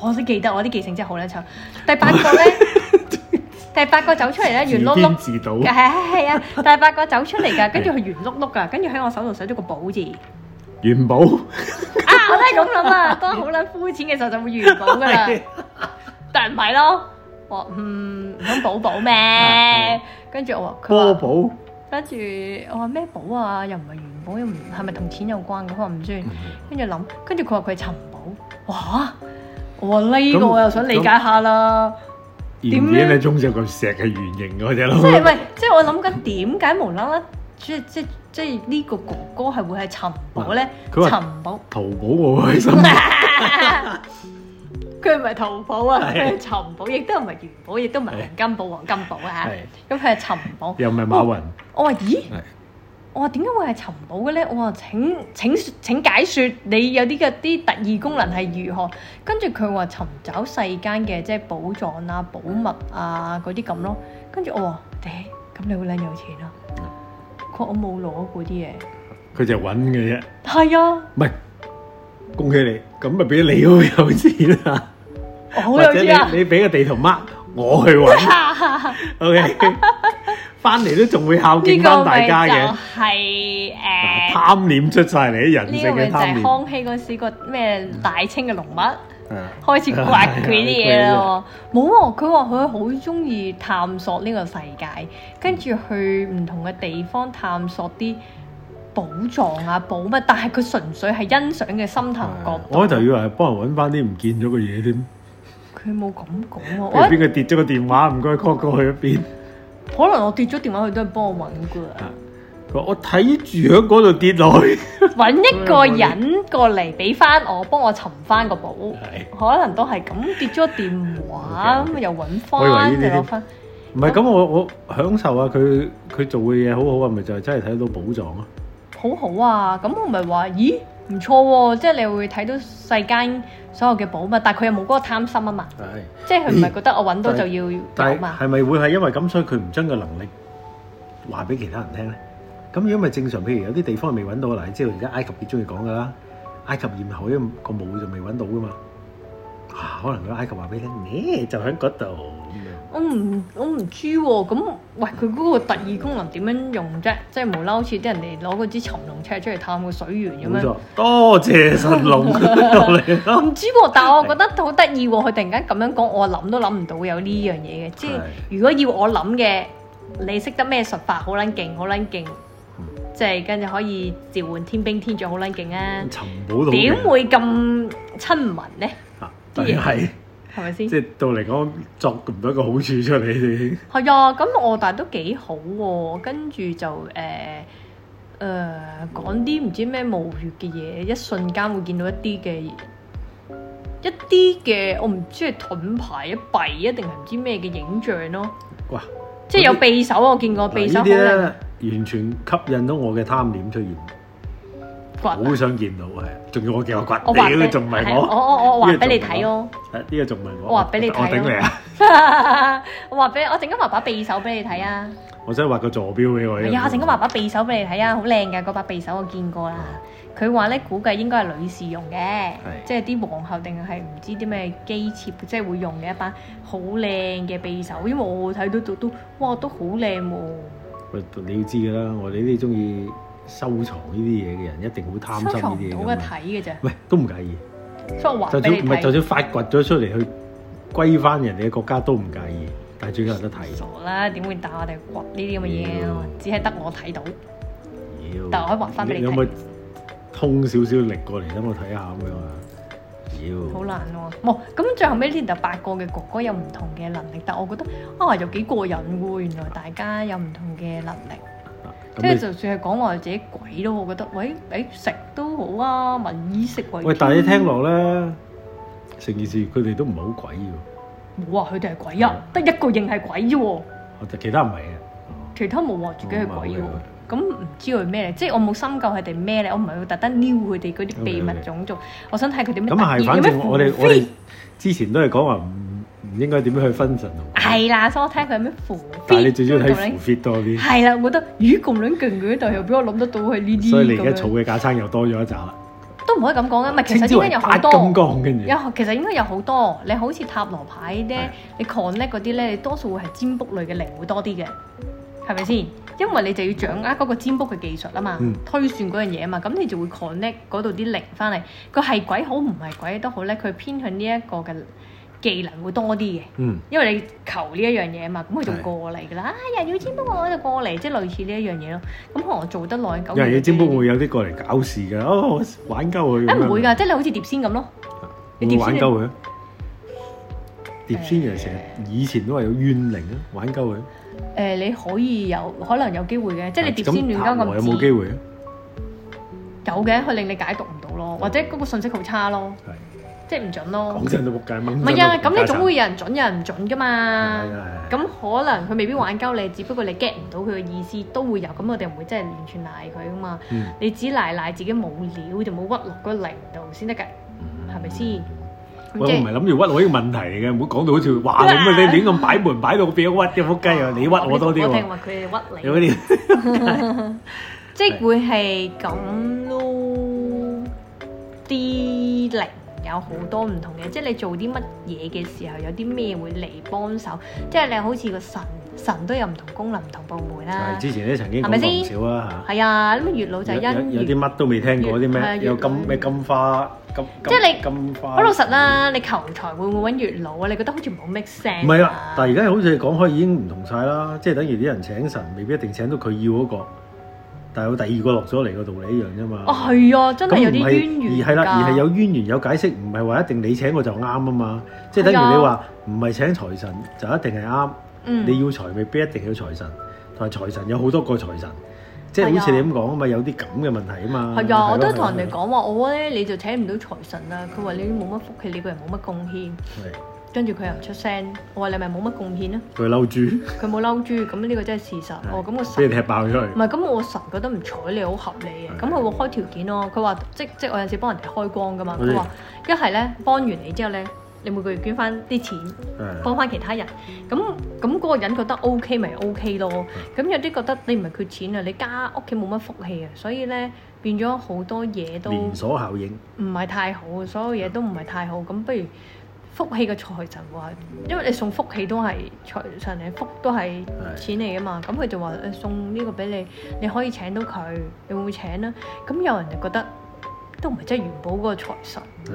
我都記得，我啲記性真係好撚臭。第八個
[laughs]
咧，第八個走出嚟咧，圓碌碌
編，自導，
[laughs] 係係係啊！第八個走出嚟
[laughs]
㗎，跟住佢圓碌碌㗎，跟住喺我手度寫咗個寶字。
元寶，
啊！我都係咁諗
[laughs]
啊，當好撚膚淺嘅時候就會圓寶㗎啦。但唔係咯，我話嗯唔通寶寶咩？跟住我話佢
啊波
話。
寶，
跟住我話咩寶啊？又唔係元寶，又唔係咪同錢有關嘅？佢話唔算。跟住諗，跟住佢話佢係尋寶。哇！我話呢個
咁
我又想理解下啦。
嗯然
點咧
而你中咗嚿石係圓形嗰只咯，
即係喂，即係我諗緊點解無啦啦，即即即呢個哥哥係會係尋寶咧？
佢話
尋寶，
淘寶我開心，
啊佢唔係淘寶啊，
係
佢係尋寶，亦都唔係元寶，亦都唔係
係
黃金寶、黃金寶啊
係。
咁佢係尋寶。
又唔係馬雲，
我話咦？
係
我話點解會係尋寶嘅咧？我話請請請解説你有啲嘅啲特異功能係如何？跟住佢話尋找世間嘅即係寶藏啊、寶物啊嗰啲咁咯。跟住我話：，嗲、咁你好撚有錢啊！佢話我冇攞嗰啲嘢。
佢就揾嘅啫，
係啊，
唔係恭喜你，咁咪俾你 [laughs] 好有錢啊！
我好有錢啊
或者！你你俾個地圖 mark，我去揾，OK，翻嚟都仲會孝
[laughs]
敬
呢
翻
個
大
咪就
家嘅。
係誒，
嗱，貪念出晒嚟，人
呢
性
個咪
嘅
就
貪
係
念。
康熙嗰時個咩大清嘅龍脈。
係啊
開始刮佢啲嘢啦喎，冇喎，佢話佢好中意探索呢個世界，跟住去唔同嘅地方探索啲寶藏啊寶物，但係佢純粹係欣賞嘅心頭
À.
角度。
我開頭以為係幫人揾翻啲唔見咗嘅嘢添，
佢冇咁講喎，
譬如邊
我
個跌咗個電話，唔該 call 過去一邊。
可能我跌咗電話，佢都係幫我揾
啊
㗎，
[laughs] 佢話我睇住喺嗰度跌落去，
揾一個人過嚟俾翻我，幫我尋翻個寶。
係
可能都係咁跌咗電話，
OK，OK
咁又揾
我以為
翻，
呢啲
又攞翻。
唔係咁我我享受啊！佢佢做嘅嘢好好啊，咪就係真係睇到寶藏咯。
好好啊！咁我咪話，咦，唔錯喎、即係你會睇到世間所有嘅寶物，但係佢又冇嗰個貪心啊嘛，
係，
即係佢唔係覺得我揾到就要有
嗯但
嘛
係，係咪會係因為咁，所以佢唔將個能力話俾其他人聽咧？咁如果咪正常，譬如有啲地方未揾到，嗱，你知道而家埃及幾中意講噶啦，埃及豔後一個墓就未揾到噶嘛。啊，可能佢埃及話俾你聽，你就喺嗰度咁
我唔我唔知喎、咁喂佢嗰個特異功能點樣用啫？即係無啦，好似啲人哋攞嗰支尋龍尺出嚟探個水源咁
樣。冇
樣
錯。，多謝神龍落嚟
我
啦。
唔知喎，但係我覺得好得意喎！佢突然間咁樣講，我諗都諗唔到有呢樣嘢嘅。即係
係
如果要我諗嘅，你識得咩術法好撚勁，好撚勁
嗯，
即係跟住可以召喚天兵天將好撚勁啊！
尋寶到
點會咁親民呢？
啊？但係
係咪先
即？係到嚟講作唔到一個好處出嚟。
係啊，咁我但係都幾好喎、跟住就誒誒、講啲唔知咩無血嘅嘢，一瞬間會見到一啲嘅一啲嘅，我唔知係盾牌一幣一定係唔知咩嘅影像咯。
哇！
即係有匕首，我見過
嗱呢
匕首
啲
好
咧
靚
完全吸引到我嘅貪念出現，
骨
好。想見到係，仲要我叫我
我
掘，
話
屌
俾
仲唔係
係
我？
我我我話
呢個
俾你
仲唔
睇
係
咯，
啊呢個仲唔係我？
我話俾你睇
我
咯 [laughs]
[laughs]
頂你啊！
我話俾我陣間畫把匕首俾你睇啊！
我想畫個坐標俾我。
係啊，陣間畫把匕首俾你睇啊，好靚嘅嗰把匕首我見過啦。
嗯
佢話咧，估計應該係女士用嘅，即係啲皇后定係唔知啲咩機妾，即係會用嘅一把好靚嘅匕首。因為我睇到都都，哇，都好靚喎！
喂，你要知㗎啦，我哋呢啲中意收藏呢啲嘢嘅人，一定好貪
收
心
藏唔
呢啲嘢
到
㗎
嘅
嘛
睇嘅啫，
喂，都唔介意，
所以我話
就
俾
算
你
唔係就
睇。
算發掘咗出嚟去歸翻人哋嘅國家都唔介意，但係最緊有得睇。
傻啦，點會打我哋骨呢啲咁嘅嘢啊？只係得我睇到，
妖
但我可以畫返俾你
嗯有
睇
冇通少少力過嚟等我睇下咁樣啊？妖
好難喎。冇咁最後尾呢度八個嘅哥哥有唔同嘅能力，但我覺得啊又幾過癮喎。原來大家有唔同嘅能力。即係
咁
就算係講話自己鬼都，我覺得喂誒食都好啊，民以食為
你
天
喂，但係你聽落咧，成件事佢哋都唔係好鬼喎，
冇啊，佢哋係鬼啊，得一個認係鬼啫喎，
我就其他唔係啊。哦
其他冇話自己係鬼啫喎
哦冇嘅。
咁唔知佢咩嚟？即係我冇深究佢哋咩嚟，我唔係要特登撩佢哋嗰啲秘密
OK，OK
種族，我想睇佢哋咩
咁啊
特
係，
異
反
有咩
正我哋
符
我哋
非
之前都係講話唔唔應該點樣去分神同，
係啦，所以我睇佢有咩符
但係
非
你最主要
咁
睇
樣
符 fit 多啲，
係啦，我覺得咦咁撚勁嘅，但係又俾我諗得到佢呢啲
所以你而
咁
家
樣
儲，嘅架撐又多咗一紮啦。
都唔可以咁講嘅，唔係其
稱
實
之
應該
為
有
八
好
金
多。
剛跟住
有，其實應該有好多。你好似塔羅牌
係
咧，你 connect 嗰啲咧，你多數會係占卜類嘅靈會多啲嘅，係咪先？因為你就要掌握嗰個占卜嘅技術啊嘛，
嗯
推算嗰樣嘢啊嘛，咁你就會 connect 嗰度啲靈翻嚟。佢係鬼好唔係鬼都好咧，佢偏向呢一個嘅技能會多啲嘅。
嗯，
因為你求呢一樣嘢啊嘛，咁佢就會
係
過嚟㗎啦。啊，又要占卜我就過嚟，即係類似呢一樣嘢咯。咁可能我做得耐久，
有人要占卜會有啲過嚟搞事㗎，哦玩鳩佢咁
誒
樣。
唔會㗎，即係你好似碟仙咁咯。
會唔會玩鳩佢？碟仙人成日以前都話有怨靈啊，玩鳩佢。
誒、你可以有可能有機會嘅，即係你碟仙亂
咁
交
塔
咁
羅有冇機
會？
會啊？
有嘅，佢令你解讀唔到咯，或者嗰個信息好差咯，即係唔準咯。
講真都仆街掹。
唔係啊，咁你總
總
會有人準，有人唔準噶嘛
係啊係啊。
咁可能佢未必玩鳩你，只不過你 get 唔到佢嘅意思都會有。咁我哋唔會真係完全賴佢噶嘛。
嗯
你只賴賴自己冇料，就冇屈落個零度先得㗎，係咪先？
喂，
咁
我唔
即
係諗住屈我呢個問題嚟嘅，唔好講到好似話你咁你亂咁擺門擺到我變咗屈嘅仆街啊！你屈我多啲
我聽
喎，
話佢哋屈你
有。啲
即係會係咁咯，啲靈有好多唔同嘅，即係你做啲乜嘢嘅時候，有啲咩會嚟幫手，即係你好似個神，神都有唔同功能、唔同部門啦
係。之前咧曾經
係咪
講過唔
先
少啊
係啊，咁月老就
嚇，
係
有
姻
有有啲
緣。
乜都未聽過啲
係啊
咩，有
越
金
南
咩金花金，
即係你
金花
好老實啦，你求財會唔會揾月老啊？你覺得好似唔好 make sense
唔係啊，但係而家好似講開已經唔同晒啦，即係等於啲人請神，未必一定請到佢要嗰個，但係有第二個落咗嚟個道理一樣啫嘛。
哦係啊，真係有啲
咁唔
淵源
而係啦，
㗎
而係有淵源有解釋，唔係話一定你請我就啱啊嘛。即係等於
係啊
你話唔係請財神就一定係啱，
嗯
你要財未必一定要財神，同埋財神有好多個財神，即係好似
係啊
你咁講啊嘛，有啲咁嘅問題啊嘛。
係啊，我都同人哋
講。
講話，我咧你就請唔到財神啦。佢話你冇乜福氣，你個人冇乜貢獻。
係
跟住佢又唔出聲，我話你咪冇乜貢 [laughs] 獻啊，
佢嬲豬，
佢冇嬲豬，咁呢個真係事實。哦，咁我
俾
神
人踢爆咗佢
唔。係，咁我神覺得唔睬你好合理嘅，
係
咁佢會開條件咯。佢話即即我有陣時幫人哋開光噶嘛，
嗯
佢話一係咧幫完你之後咧，你每個月捐翻啲錢
誒
幫翻其他人。咁咁嗰個人覺得 O K 咪 O K 咯。咁有啲覺得你唔係缺錢啊，你家屋企冇乜福氣啊，所以咧變咗好多嘢都
連
唔
鎖效應，
係太好，所有嘢都唔係太好。咁不如福氣嘅財神話，因為你送福氣都係財神嚟，福都係錢嚟噶嘛。咁佢就話誒送呢個俾你，你可以請到佢，你會唔會請啊？咁有人就覺得都唔係真係元寶嗰個財神
係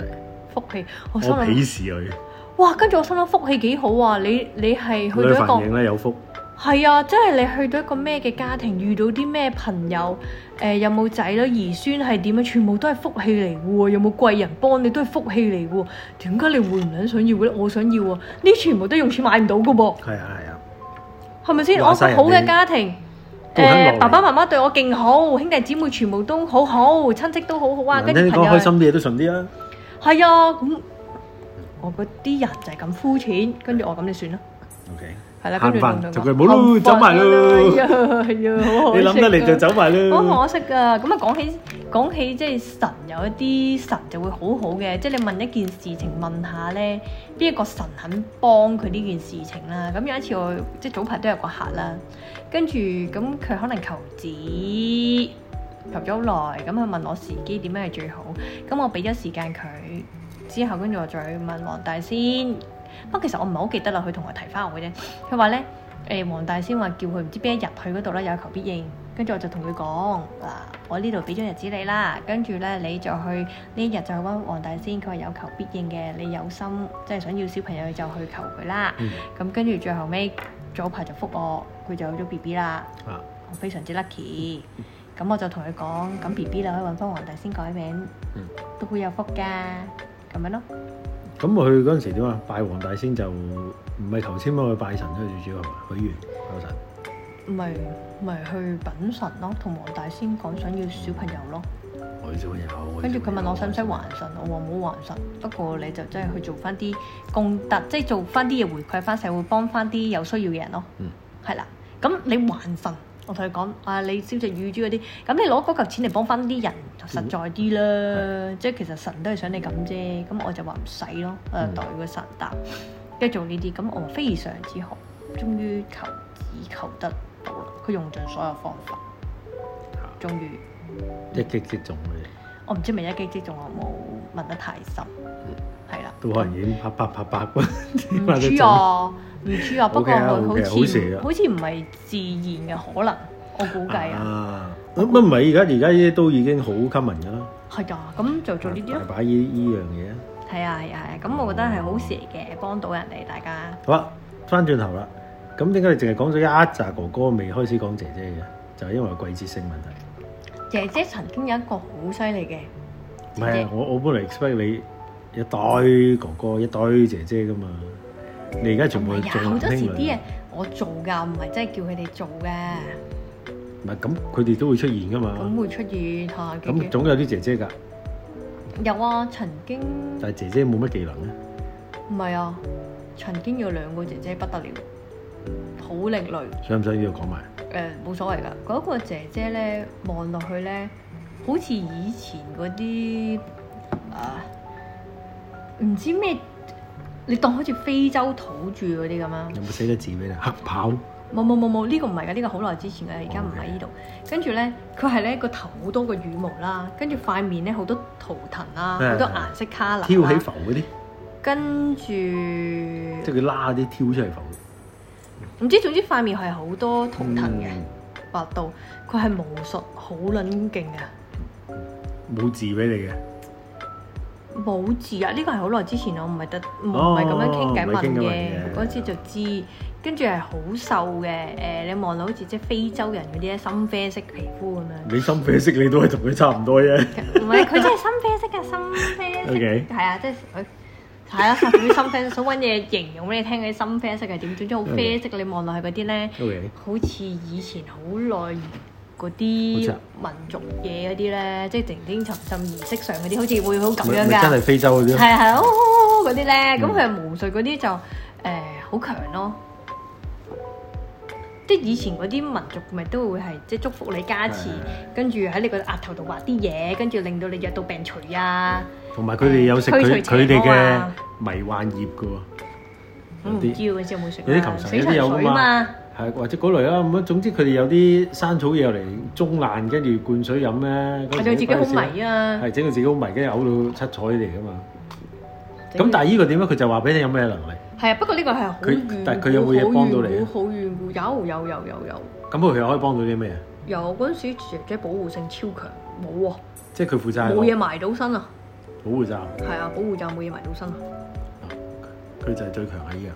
福氣，我
我
心諗。
鄙視佢。
哇！跟住我心諗福氣幾好啊！你你係去到
女
一
反應啊
個
咧有福，
係啊，即係你去到一個咩嘅家庭，遇到啲咩朋友，誒、有冇仔女兒孫係點啊？全部都係福氣嚟嘅喎，有冇貴人幫你都係福氣嚟嘅喎。點解你會唔撚想要嘅咧？我想要啊！呢全部都用錢買唔到嘅噃，
係啊係啊，
係咪先？我
話
個
晒人
好嘅
哋
家庭。
都肯落
誒
嚟
爸爸媽媽對我勁好，兄弟姊妹全部都好好，親戚都好好啊，跟
難聽
住
啲
朋
講
友
開心啲嘢都順啲啊。
係啊，咁我嗰啲人就係咁膚淺，跟住我咁你算啦。
OK，
係啦，
慳
跟住
返
仲
就佢冇咯
慳返
走埋咯
哎呀哎呀
[laughs]
好可
你
惜啊
諗得嚟就走埋
好可
啦。
惜啊！咁啊，講起講起即係神有一啲神就會好好嘅，即係你問一件事情問下咧，邊一個神肯幫佢呢件事情啦？咁有一次我即係早排都有個客啦，跟住咁佢可能求子。求咗好耐，咁佢問我時機點樣係最好，咁我俾咗時間佢，之後跟住我再問黃大仙，不過其實我唔係好記得啦，佢同我提翻我嘅啫，佢話咧。誒黃大仙話叫佢唔知邊一日去嗰度咧有求必應，跟住我就同佢講嗱，我呢度俾咗日子你啦，跟住咧你就去呢一日就去揾黃大仙，佢話有求必應嘅，你有心即係想要小朋友你就去求佢啦。
嗯
咁跟住最後尾早排就覆我，佢就有咗 B B 啦，
啊
我非常之 lucky。咁我就同佢講，咁 B B 啦可以揾翻黃大仙改名，
嗯
都會有福㗎，咁樣咯。
咁佢嗰陣時點啊？拜黃大仙就唔係求簽去拜神啦，最主要係嘛？許願求神。
咪咪去品神咯，同黃大仙講想要小朋友咯。
我小朋友。
跟住佢問我使唔使還神，我話唔好還神，不過你就真係去做翻啲功德，即係做翻啲嘢回饋翻社會，幫翻啲有需要嘅人咯。
嗯，
係啦。咁你還神，我同佢講啊，你燒只乳豬嗰啲，咁你攞嗰嚿錢嚟幫翻啲人，就實在啲啦。即係其實神都係想你咁啫。咁我就話唔使咯，我就代個神答，跟住做呢啲。咁我話非常之好，終於求子求得到啦。佢用盡所有方法，終於。
一擊即中嘅，
我唔知咪一擊即中，我冇問得太深，
嗯
係
[laughs]
啦。
都可能已經啪啪啪啪咁。 [laughs]
唔知啊，唔知啊，不過
OK 啊
佢好
OK，好事
似
啊
好似唔係自然嘅可能，我估計啊，
啊！咁乜唔係而家而家都已經好 common 㗎啦，
係啊，咁就做呢啲
大
咯，
把依依樣嘢啊。
係啊係啊係啊，咁我覺得係好事嚟嘅，幫到人哋大家。
好啦，翻轉頭啦，咁點解你淨係講咗一紮哥哥，未開始講姐姐嘅？就係因為有季節性問題。
姐姐曾經有一個好犀利嘅，
唔
姐
係
姐
啊，我我本嚟 expect 你一堆哥哥一堆姐姐噶嘛，你而家全部
唔係啊
做
好
男
多時
兄
啲
女
嘢，我做㗎，唔係真係叫佢哋做嘅，
啊唔係咁佢哋都會出現噶嘛
咁，會出現嚇
咁
嘅。
總有啲姐姐㗎，
有啊，曾經
但係姐姐冇乜技能啊咧，
唔係啊，曾經有兩個姐姐不得了，好另類。
想唔想要講埋？
誒冇、所謂㗎，嗰、個姐姐咧望落去咧，好似以前嗰啲啊唔知咩，你當好似非洲土著嗰啲咁啊！
有冇寫咗字俾你？黑豹
冇冇冇冇，呢、個唔係㗎，呢、個好耐之前嘅，而家唔喺呢度。跟住咧，佢係咧個頭好多個羽毛啦，跟住塊面咧好多圖騰啦，
係
好多
係
顏色卡啦，
挑起浮嗰啲，
跟住
即係佢拉啲挑出嚟浮。
唔知總之塊面係好多圖騰嘅
嗯
畫到，佢係巫術好撚勁啊！
冇字俾你嘅，
冇字啊！呢個係好耐之前我唔係得唔
哦
係咁樣傾偈
唔
問
係傾偈問
嘅，
嘅
嗰次就知。跟住係好瘦嘅，誒、你望到好似即係非洲人嗰啲咧深啡色皮膚咁樣。
你深啡色你都係同佢差唔多啫。
唔係佢真係深啡色嘅，深啡
[laughs]
色
OK
係啊，即係佢係啊，屬於深啡色。想揾嘢形容俾你聽嗰啲深啡色係點，總之好啡色。你望落去嗰啲咧，
O K，
好似以前好耐嗰啲
好似啊
民族嘢嗰啲咧，即係靜靜沉沉儀式上嗰啲，好似會好咁
咪
樣
咪
㗎
真。係非洲嗰啲咯，
係係哦嗰啲咧，咁
嗯
佢係巫術嗰啲就誒好強咯。即係以前嗰啲民族咪都會係即係祝福你加持
係係，
跟住喺你個額頭度畫啲嘢，跟住令到你藥到病除啊，
同埋佢哋有食
驅除
佢
邪
佢哋
魔
嘅
啊
迷幻葉嘅喎，
我
有
唔知
啲
嗰陣時有冇食啊。
有啲球神
水
有啲有㗎
水
嘛
嘛，
係或者嗰類啦。咁樣總之佢哋有啲生草嘢嚟中爛，跟住灌水飲咧。
我對自己好
嗰陣時
迷啊。
係整到自己好迷，跟住嘔到七彩嚟噶嘛。咁但係呢個點咧？佢就話俾你有咩能力。
係啊，不過呢個係好
佢
遠，
但係佢有冇嘢幫到你啊
好遠古，好遠古有有有有有
咁佢又可以幫到啲咩啊？
有嗰陣時，姐姐保護性超強，冇喎，
即係佢負責係
冇嘢埋到身啊，
保護罩，
係啊，保護罩冇嘢埋到身啊，
佢就係最強喺呢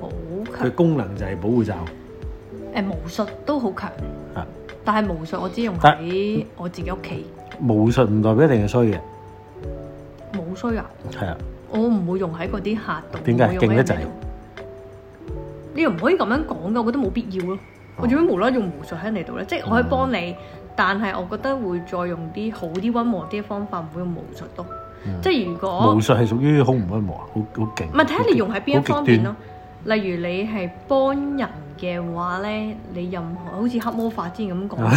好
樣。
強
佢。功能就係保護罩。
誒巫術都好強
啊，
但係巫術我只用
但
喺我自己屋企，
武術唔代表一定係衰嘅，
冇衰啊！
係啊，
我唔會用喺嗰啲客度。
點解
唔會用喺
勁得滯
人哋度你又唔可以咁樣講噶，我覺得冇必要咯。
哦
我做咩無啦啦用巫術喺你度咧？即係我
嗯
可以幫你，但係我覺得會再用啲好啲、温和啲嘅方法，唔會用巫術咯。
嗯
即係如果
武術係屬於好唔温和啊，好好勁。
唔係睇下你用喺邊一
好極
方面
端
咯。例如你係幫人嘅話咧，你任何好似黑魔法之前咁講
[laughs]
啊，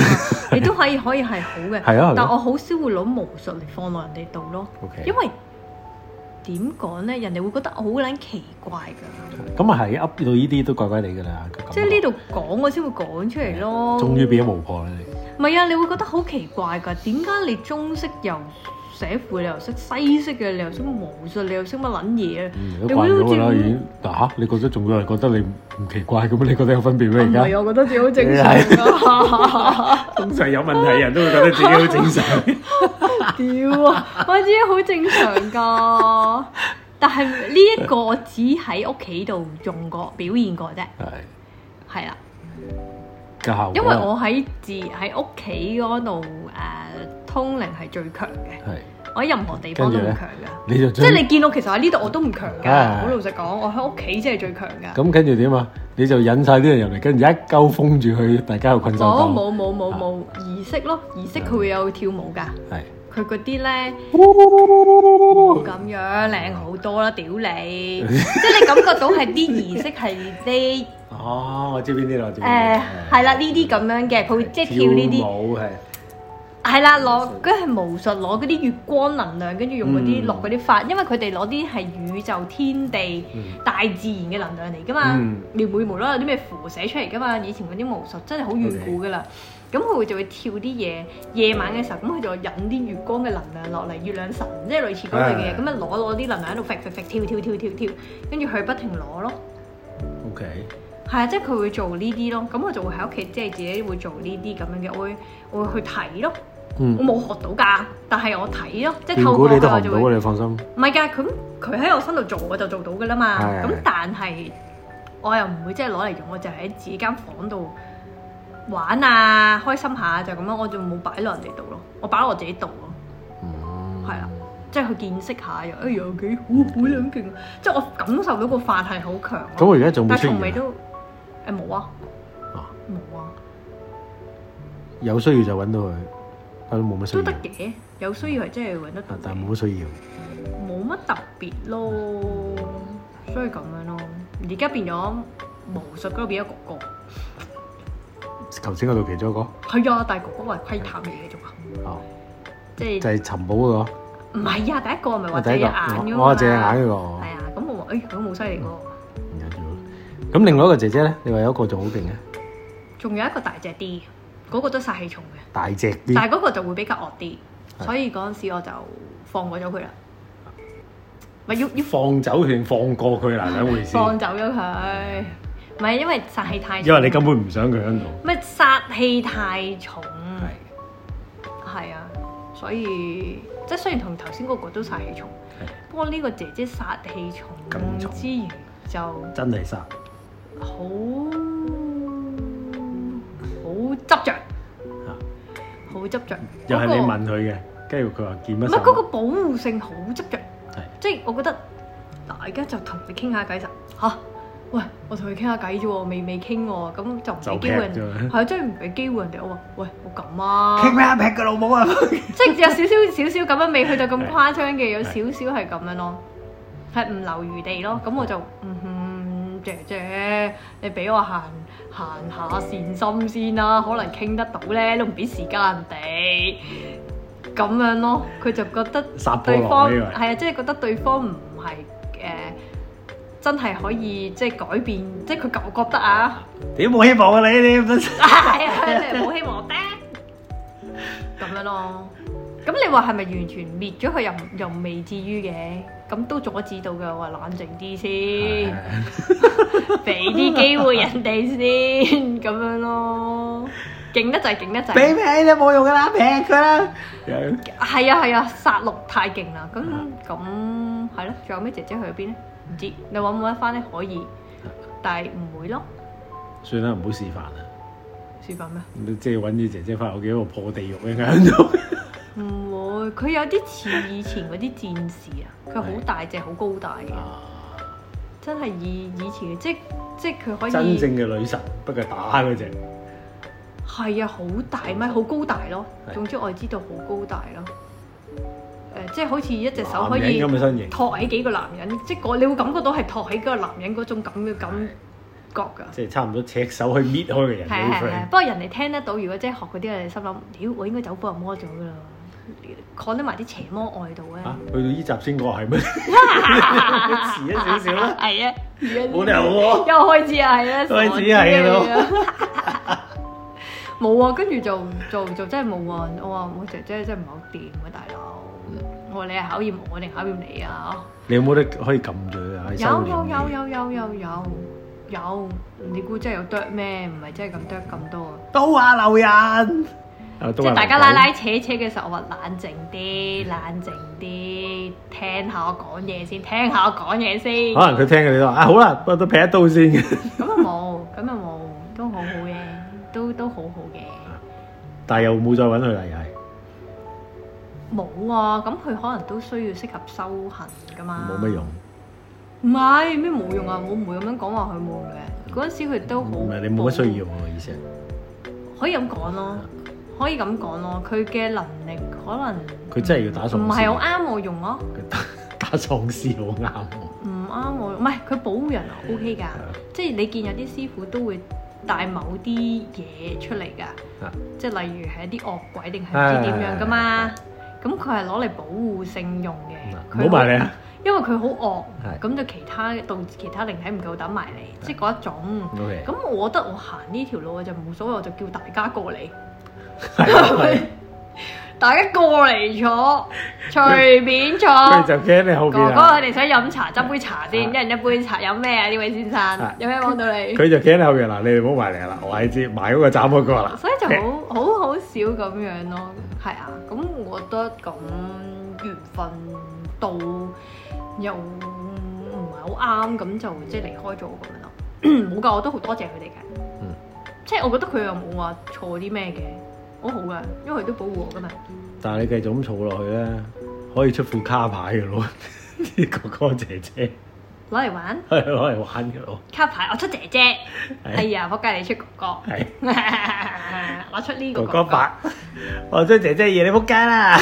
你都可以可以係好嘅。
係啊，係
但
啊
我好少會攞巫術嚟放落人哋度咯，
OK
因為點講咧，人哋會覺得我好撚奇怪㗎。
咁啊係，噏到呢啲都怪怪地㗎啦。個感
即
覺
係呢度講我先會講出嚟咯。
啊終於變咗巫婆啦，
唔
你
係啊，你會覺得好奇怪㗎，點解你中式又寫符，你又識西式嘅，你又識巫術，你又識乜撚嘢啊？
嗯
你
都
會
慣咗
好似
㗎啦已經。嗱嚇，你覺得仲有人覺得你唔奇怪咁，你覺得有分別咩？
啊
而
唔
家
係，我覺得自己好正常㗎。
通常有問題人都會覺得自己好正
[laughs]
常。
屌啊！我知好正常噶，但係呢一個我只喺屋企度用過、表現過啫，
係
係啦，
嘅效果。
因為我喺自喺屋企嗰度誒通靈係最強嘅，
係
我喺任何地方都唔
跟住呢
強噶，
你就
即係你見我其實喺呢度我都唔強噶，
啊
好老實講，我喺屋企先係最強噶。
咁跟住點啊？你就引晒啲人入嚟，跟住一鳩封住佢，大家又困獸
冇
鬥。
冇冇冇冇
啊
儀式咯，儀式佢會有跳舞㗎，
係。
佢嗰啲咧。
咁
咁樣靚好多啦，屌
[laughs]
你！即係你感覺到係啲儀式係啲
哦，我知邊啲啦，我知邊
誒
啲
係啦，呢啲咁樣嘅，佢會即係跳呢啲
舞係
係啦，攞跟係巫術攞嗰啲月光能量，跟住用嗰啲
嗯
落嗰啲法，因為佢哋攞啲係宇宙天地
嗯
大自然嘅能量嚟噶嘛
嗯，
你會無啦啦有啲咩符寫出嚟噶嘛，以前嗰啲巫術真係好遠古噶啦。咁佢會就會跳啲嘢，夜晚嘅時候，咁佢就引啲月光嘅能量落嚟，月亮神即係類似嗰類嘅嘢，
啊
咁啊攞攞啲能量喺度揈揈揈跳跳跳跳跳，跟住佢不停攞咯，
OK。
係啊，即係佢會做呢啲咯，咁我就會喺屋企即係自己會做呢啲咁樣嘅，我會我會去睇咯。我
嗯，
冇學到㗎，但係我睇咯，即係
斷
透
估
過
你都
佢
學
我
唔
就
到
會
啊！你放心。
唔係㗎，咁佢喺我身度做我就做到㗎啦嘛。
係
咁
係
但係我又唔會即係攞嚟用，我就喺自己間房度玩啊，開心下就咁咯。我就冇擺落人哋度咯，我擺落我自己度咯，
嗯
係啊，即係去見識下又哎呀幾好好兩勁，即係我感受到個法係好強
咁
咯。
我而家仲
但係
冇出
從未
現啊。
都誒冇啊
啊，
冇啊，
有需要就揾到佢，但係冇乜需
都
要
得，嘅。有需要係真係揾得到
啊
嘅。
但係冇乜需要。
冇乜特別咯，所以咁樣咯。而家變咗巫術嗰度變咗哥哥，
頭先嗰度其中一個，
係啊，但係哥哥係窺探嘢嘅啫嘛，
哦，
即
就
係
係尋寶嗰個。
唔係啊？第嗯一個咪話
我第
隻
一
眼
個，哦
㗎
我
嘛，
我隻眼
係
嗰個，唔
啊，咁我話誒咁好犀利喎，
緊要。咁另外一個姐姐咧，你話有一個仲好勁嘅，
仲有一個大隻啲，嗰個都殺氣重嘅，
大隻
但係
啲，
嗰個就會比較惡啲，
係
所以嗰陣時我就放過咗佢啦，咪要要
放走佢，放過佢嗱兩回事，
放走咗佢，唔係因為殺氣太重，
因為你根本唔想佢喺度。
咩殺氣太重。
係
係啊，所以即係雖然同頭先嗰個都殺氣重
係，
不過呢個姐姐殺氣重
咁重
之餘就好
真係殺，
好執着，好執着。
啊又係
嗰
你
個
問佢嘅，跟住佢話見
唔
乜
係嗰個
手？
保護性好執着，
係
即係我覺得大家就同你傾下偈就吓，喂，我同佢傾下偈啫喎，未未傾喎，咁就唔
就
俾
劈
機會人，
啫。
係啊，真係唔俾機會人哋。我話喂，我咁啊，
咩啊？劈個老
[laughs]
母啊！
即係有少少少少咁樣，未去到咁誇張嘅，有少少係咁樣咯，係唔留餘地咯。咁我就嗯哼，姐姐，你俾我行行下善心先啦，可能傾得到咧，都唔俾時間人哋。咁樣咯，佢就覺得
殺破
對
狼
方
呢
係
位
啊，即係覺得對方唔係誒真係可以即係改變，即係佢覺覺得啊，
屌冇希望啊你
[laughs]
你咁樣
係啊，你冇希望得咁樣咯。咁你話係咪完全滅咗佢又唔又未至於嘅？咁都阻止到嘅，我話冷靜啲先，
À.
[laughs] 俾啲機會人哋先，咁樣咯。勁得就係勁得就
俾俾都冇用噶啦，劈佢啦。
有
係啊係啊，殺戮太勁啦！咁咁係咯，仲有咩姐姐去咗邊咧？唔知你揾唔揾得翻咧？可以，但係唔會咯。
算啦，唔好示範啦。
示範咩？
你即係揾啲姐姐翻屋企嗰度破地獄嘅喺度。
唔會，佢有啲似以前嗰啲戰士啊，佢好大隻，好高大嘅，
[laughs] 啊
真係以以前嘅，即即佢可以
真正嘅女神，不過打嗰只。
係啊，好大咪好高大咯。
係
總之我係知道好高大咯。誒、即係好似一隻手可
男人
以
咁嘅身形，
托起幾個男人，即係嗰你會感覺到係托起幾個男人嗰種咁嘅感覺㗎。
即係差唔多赤手去搣開個人
係啊係啊係啊，
嗰
不過人哋聽得到，如果即係學嗰啲，你心諗，嗯屌，我應該走火入魔咗噶啦，講得埋啲邪魔外道
嚇、
啊，
去到呢集先講
[laughs]
係咩？ [laughs] 遲一少少啦，
係啊，而家
冇理由喎。
又開始啊，係
[laughs]
啊，
開始
傻
係
啲
咯
啊， [laughs] 冇啊，跟住就就就真係冇啊，我話我姐姐真係唔係好掂啊，大佬，我話你係考驗我定考驗你啊？
你有冇得可以撳住佢啊？
有有有。有有有有有，你估真係有啄咩？唔係真係咁啄咁多啊！
都話流人，
即係大家拉拉扯扯嘅時候，我話冷靜啲，冷靜啲，聽下我講嘢先，聽下我講嘢先。
可能佢聽嘅你都話啊好啦，不過都劈一刀先。 [laughs]
咁又冇，咁又冇，都好好嘅，都都好好嘅。
但係又冇再揾佢啦，又係
冇啊，咁佢可能都需要適合修行噶嘛。
冇乜。用。
唔係咩冇用啊！我唔會咁樣講話佢冇用嘅。嗰陣時佢都好。
唔係你冇乜需要。喎，意思係。
可以咁講咯，可以咁講咯。佢嘅能力可能
佢真係要打喪屍
唔係好啱我用咯。
佢打 [laughs] 打喪屍好啱喎。
唔啱我，唔係佢保護人啊 OK 㗎，即係你見有啲師傅都會帶某啲嘢出嚟㗎
啊，
即係例如係一啲惡鬼定係唔知點樣㗎嘛，咁佢係攞嚟保護性用嘅，
唔好埋你啊！
因為佢好惡，
係
咁就其他導致其他靈體唔夠膽埋你，即係嗰一種。
O K。
咁我覺得我行呢條路我就冇所謂，我就叫大家過嚟，
係
[laughs] 大家過嚟
[laughs]
坐，隨便坐。
佢就企喺你後
哥
邊
哥，
啊
我。哋想飲茶，斟杯茶先，一人一杯茶，飲咩啊？呢位先生
啊，
有咩幫到你？
佢就企喺你後邊嗱，你哋唔好埋嚟啦，我係知埋嗰個斬嗰個 [laughs] 啦。
所以就好好好少咁樣咯，係啊。咁我覺得咁緣分到又唔係好啱，咁就即係離開咗咁
[coughs]
樣咯。冇㗎，我都好多謝佢哋嘅。
嗯
即係我覺得佢又冇話錯啲咩嘅，好好㗎，因為佢都保護我㗎嘛。
但係你繼續咁儲落去咧，可以出副卡牌嘅咯，啲哥哥姐姐
攞嚟玩
係攞嚟玩嘅咯，
卡牌，我出姐姐。哎
係
呀，仆街你出哥
[laughs]
哥，
係
我出呢個
哥哥八， [laughs] 我將姐姐嘢你仆街
[laughs]
啦，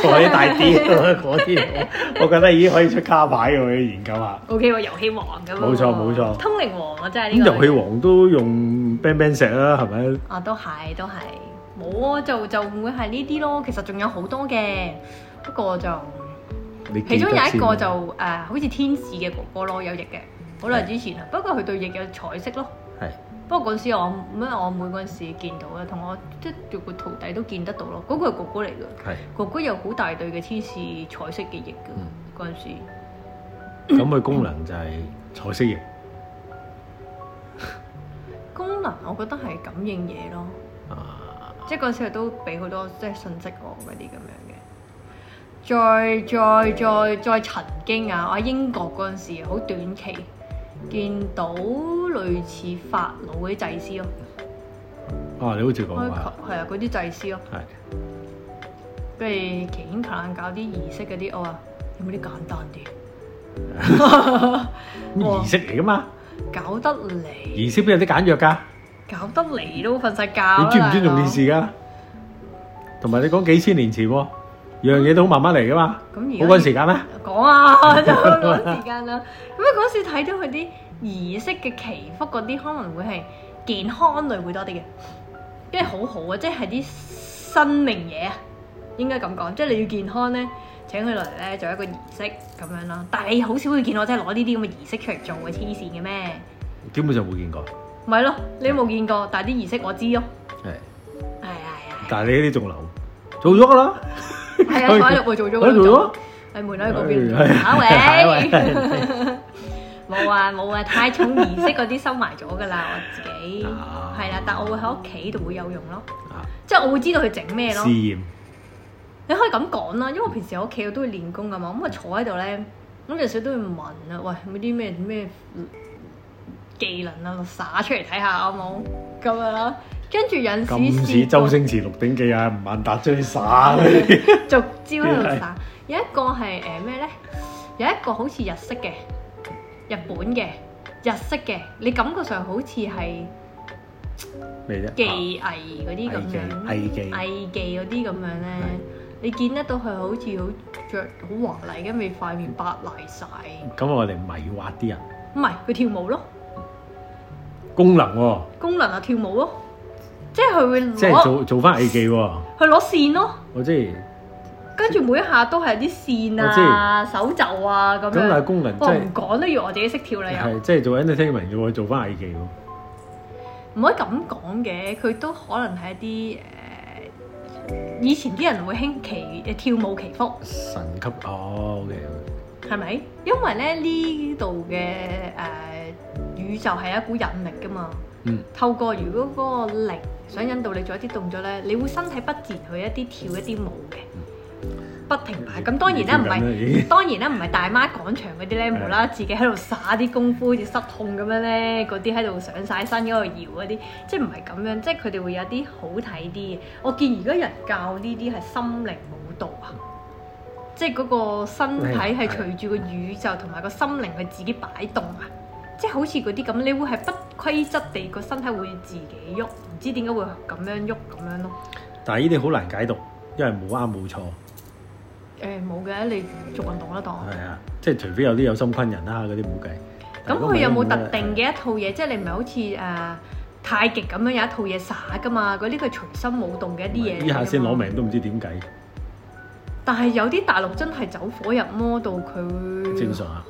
坐喺大啲 [laughs] 嗰啲，我覺得已經可以出卡牌嘅喎，你研究啊下。
O K 喎，遊戲王咁喎
冇錯冇錯
通靈王啊，真係呢
咁
個
遊戲王都用 band band 石啦，係咪？
啊，都係都係冇啊，就就會係呢啲咯。其實仲有好多嘅，不過就
你
其
記
中
得
有一
先啊
個就誒、呃好似天使嘅哥哥咯，有翼嘅，好耐之前啦。不過佢對翼有彩色咯。
係
不過嗰陣時我咩我妹嗰陣時見到啦，同我即係做個徒弟都見得到咯。嗰、個係哥哥嚟嘅，
係
哥哥有好大對嘅天使彩色嘅翼
嗯
嘅嗰陣時。
咁佢功能就係彩色型
功能我覺得係感應嘢咯，
啊，
即係嗰陣時佢都俾好多即係信息我嗰啲咁樣嘅。再再再再曾經啊，我喺英國嗰陣時好短期見到類似法老嗰啲祭司咯，
啊你好似講
埃
話
及係啊嗰啲祭司咯，
係
跟住奇形怪搞啲儀式嗰啲，我話有冇啲 [laughs] 簡單
[laughs]
啲？
咁儀式嚟噶嘛？
搞得嚟，
儀式邊有啲簡約㗎？
搞啊得嚟都瞓晒覺
你
啦
尊唔尊重
大佬
件事㗎？同埋你講幾千年前喎，樣嘢都好慢慢嚟㗎嘛，
咁而家
好趕時間咩？
講 [laughs] 啊，就講時間啦。咁啊嗰時睇到佢啲儀式嘅祈福嗰啲，可能會係健康類會多啲嘅，跟住好好啊，即係啲生命嘢啊，應該咁講，即係你要健康咧，請佢落嚟咧做一個儀式咁樣咯。但係你好少會見我真係攞呢啲咁嘅儀式出嚟做嘅，黐線嘅咩？
基本上冇見過。
唔係咯，你都冇見過，但係啲儀式我知咯。
係，
係係
但係你呢啲仲留，做咗㗎啦，
係，係啊！我喺度做咗
我
嗰
做咗
種，。係妹女嗰邊
哎
啊
哎
喂， [laughs] 冇啊冇啊，太重儀式嗰啲收埋咗㗎啦，我自己
啊
係啦，但我會喺屋企度會有用咯
啊，
即係我會知道佢整咩咯
試。驗
你可以咁講啦，因為我平時喺屋企我都會練功噶嘛，咁我坐喺度咧，咁有時都會問啊，喂，有冇啲咩咩技能啊，耍出嚟睇下好冇咁樣啦。跟住有陣
咁
時
似
試過
周星馳《鹿鼎記》啊，吳孟達追耍嗰啲，
逐招喺度耍，有一個係誒咩咧？有一個好似日式嘅、日本嘅、日式嘅，你感覺上好似係
[laughs] 咩啫？
技藝嗰啲咁樣，
藝技藝技
藝技嗰啲咁樣咧，你見得到佢好似好着好華麗，跟住塊面白賴晒。
咁我哋迷惑啲人，
唔係佢跳舞咯，
功能喎，
功能啊跳舞咯，即係佢會
即係
攞
做做翻藝技喎。
佢攞線咯，
我即係
跟住每一下都係啲線啊、手袖啊咁
哦咁，但係
樣。
功能即
我
係
唔講都要我自己識跳啦又。
係即係做 entertainment 嘅喎，做翻藝技喎。
唔可以咁講嘅，佢都可能係一啲誒、呃以前啲人會興祈誒跳舞祈福，
神級哦，OK，
係咪？因為咧呢度嘅誒宇宙係一股引力噶嘛，
嗯
透過如果嗰個力想引導你做一啲動作咧，你會身體不自然去一啲跳一啲舞嘅。不停擺，咁當然啦，唔
跳緊啦已
係
經
當然啦，唔係大媽廣場嗰啲咧，無啦啦自己喺度耍啲功夫，好似失控咁樣咧，嗰啲喺度上晒身嗰度搖嗰啲，即係唔係咁樣，即係佢哋會有啲好睇啲嘅。我見而家人教呢啲係心靈舞蹈啊，即係嗰個身體
係係
係隨住個宇宙同埋個心靈去自己擺動啊，即係好似嗰啲咁，你會係不規則地個身體會自己喐，唔知點解會咁樣喐咁樣咯。
但係呢啲好難解讀，因為冇啱冇錯，
誒冇嘅，你做運動啦當。
係啊，即係除非有啲有心昆人啦，嗰啲冇計。
咁佢有冇特
ờ,
定嘅一套嘢？即係你唔係好似誒、呃太極咁樣有一套嘢耍噶嘛？嗰啲佢隨心舞動嘅一啲嘢嚟㗎嘛。
呢下先攞命都唔知點計，
但係有啲大陸真係走火入魔到佢
正常啊。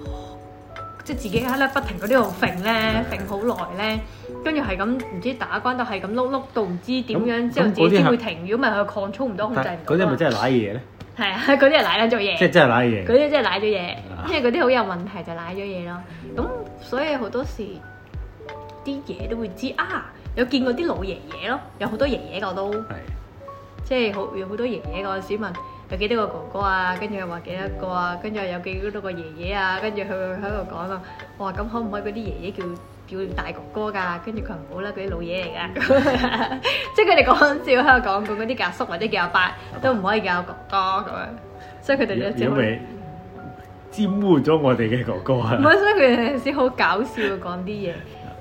即係自己喺咧不停嗰啲度揈咧，
係
揈好耐咧，跟住係咁唔知打關鬥係咁碌碌到唔知點
咁
樣，之後
咁
自己
嗰啲
先
係
會停。如果唔係佢 control 唔到，控制
但
唔到啊
係。嗰啲係咪真係賴嘢咧？
係 [laughs] 啊，嗰啲係賴撚做嘢。
即係真係賴嘢
嗰。啲真係賴咗
啊
嘢，因為嗰啲好有問題就賴咗嘢咯。咁所以好多時啲嘢都會知啊，有見過啲老爺爺咯，有好多爺爺我都
係
即係好有好多爺爺嗰陣時問有幾多個哥哥啊，跟住又話幾多個啊，跟住又有幾多個爺爺啊，跟住佢會喺度講啊，我話咁可唔可以嗰啲爺爺叫叫大哥哥㗎？跟住佢話唔好啦，嗰啲老爺嚟㗎， [laughs] 即係佢哋講笑喺度講講嗰啲叫阿叔或者叫阿伯都唔可以叫阿哥哥咁樣，所以佢哋就
如果咪沾污咗我哋嘅哥哥
唔
啊！
係，所以佢哋有陣時好搞笑講啲嘢。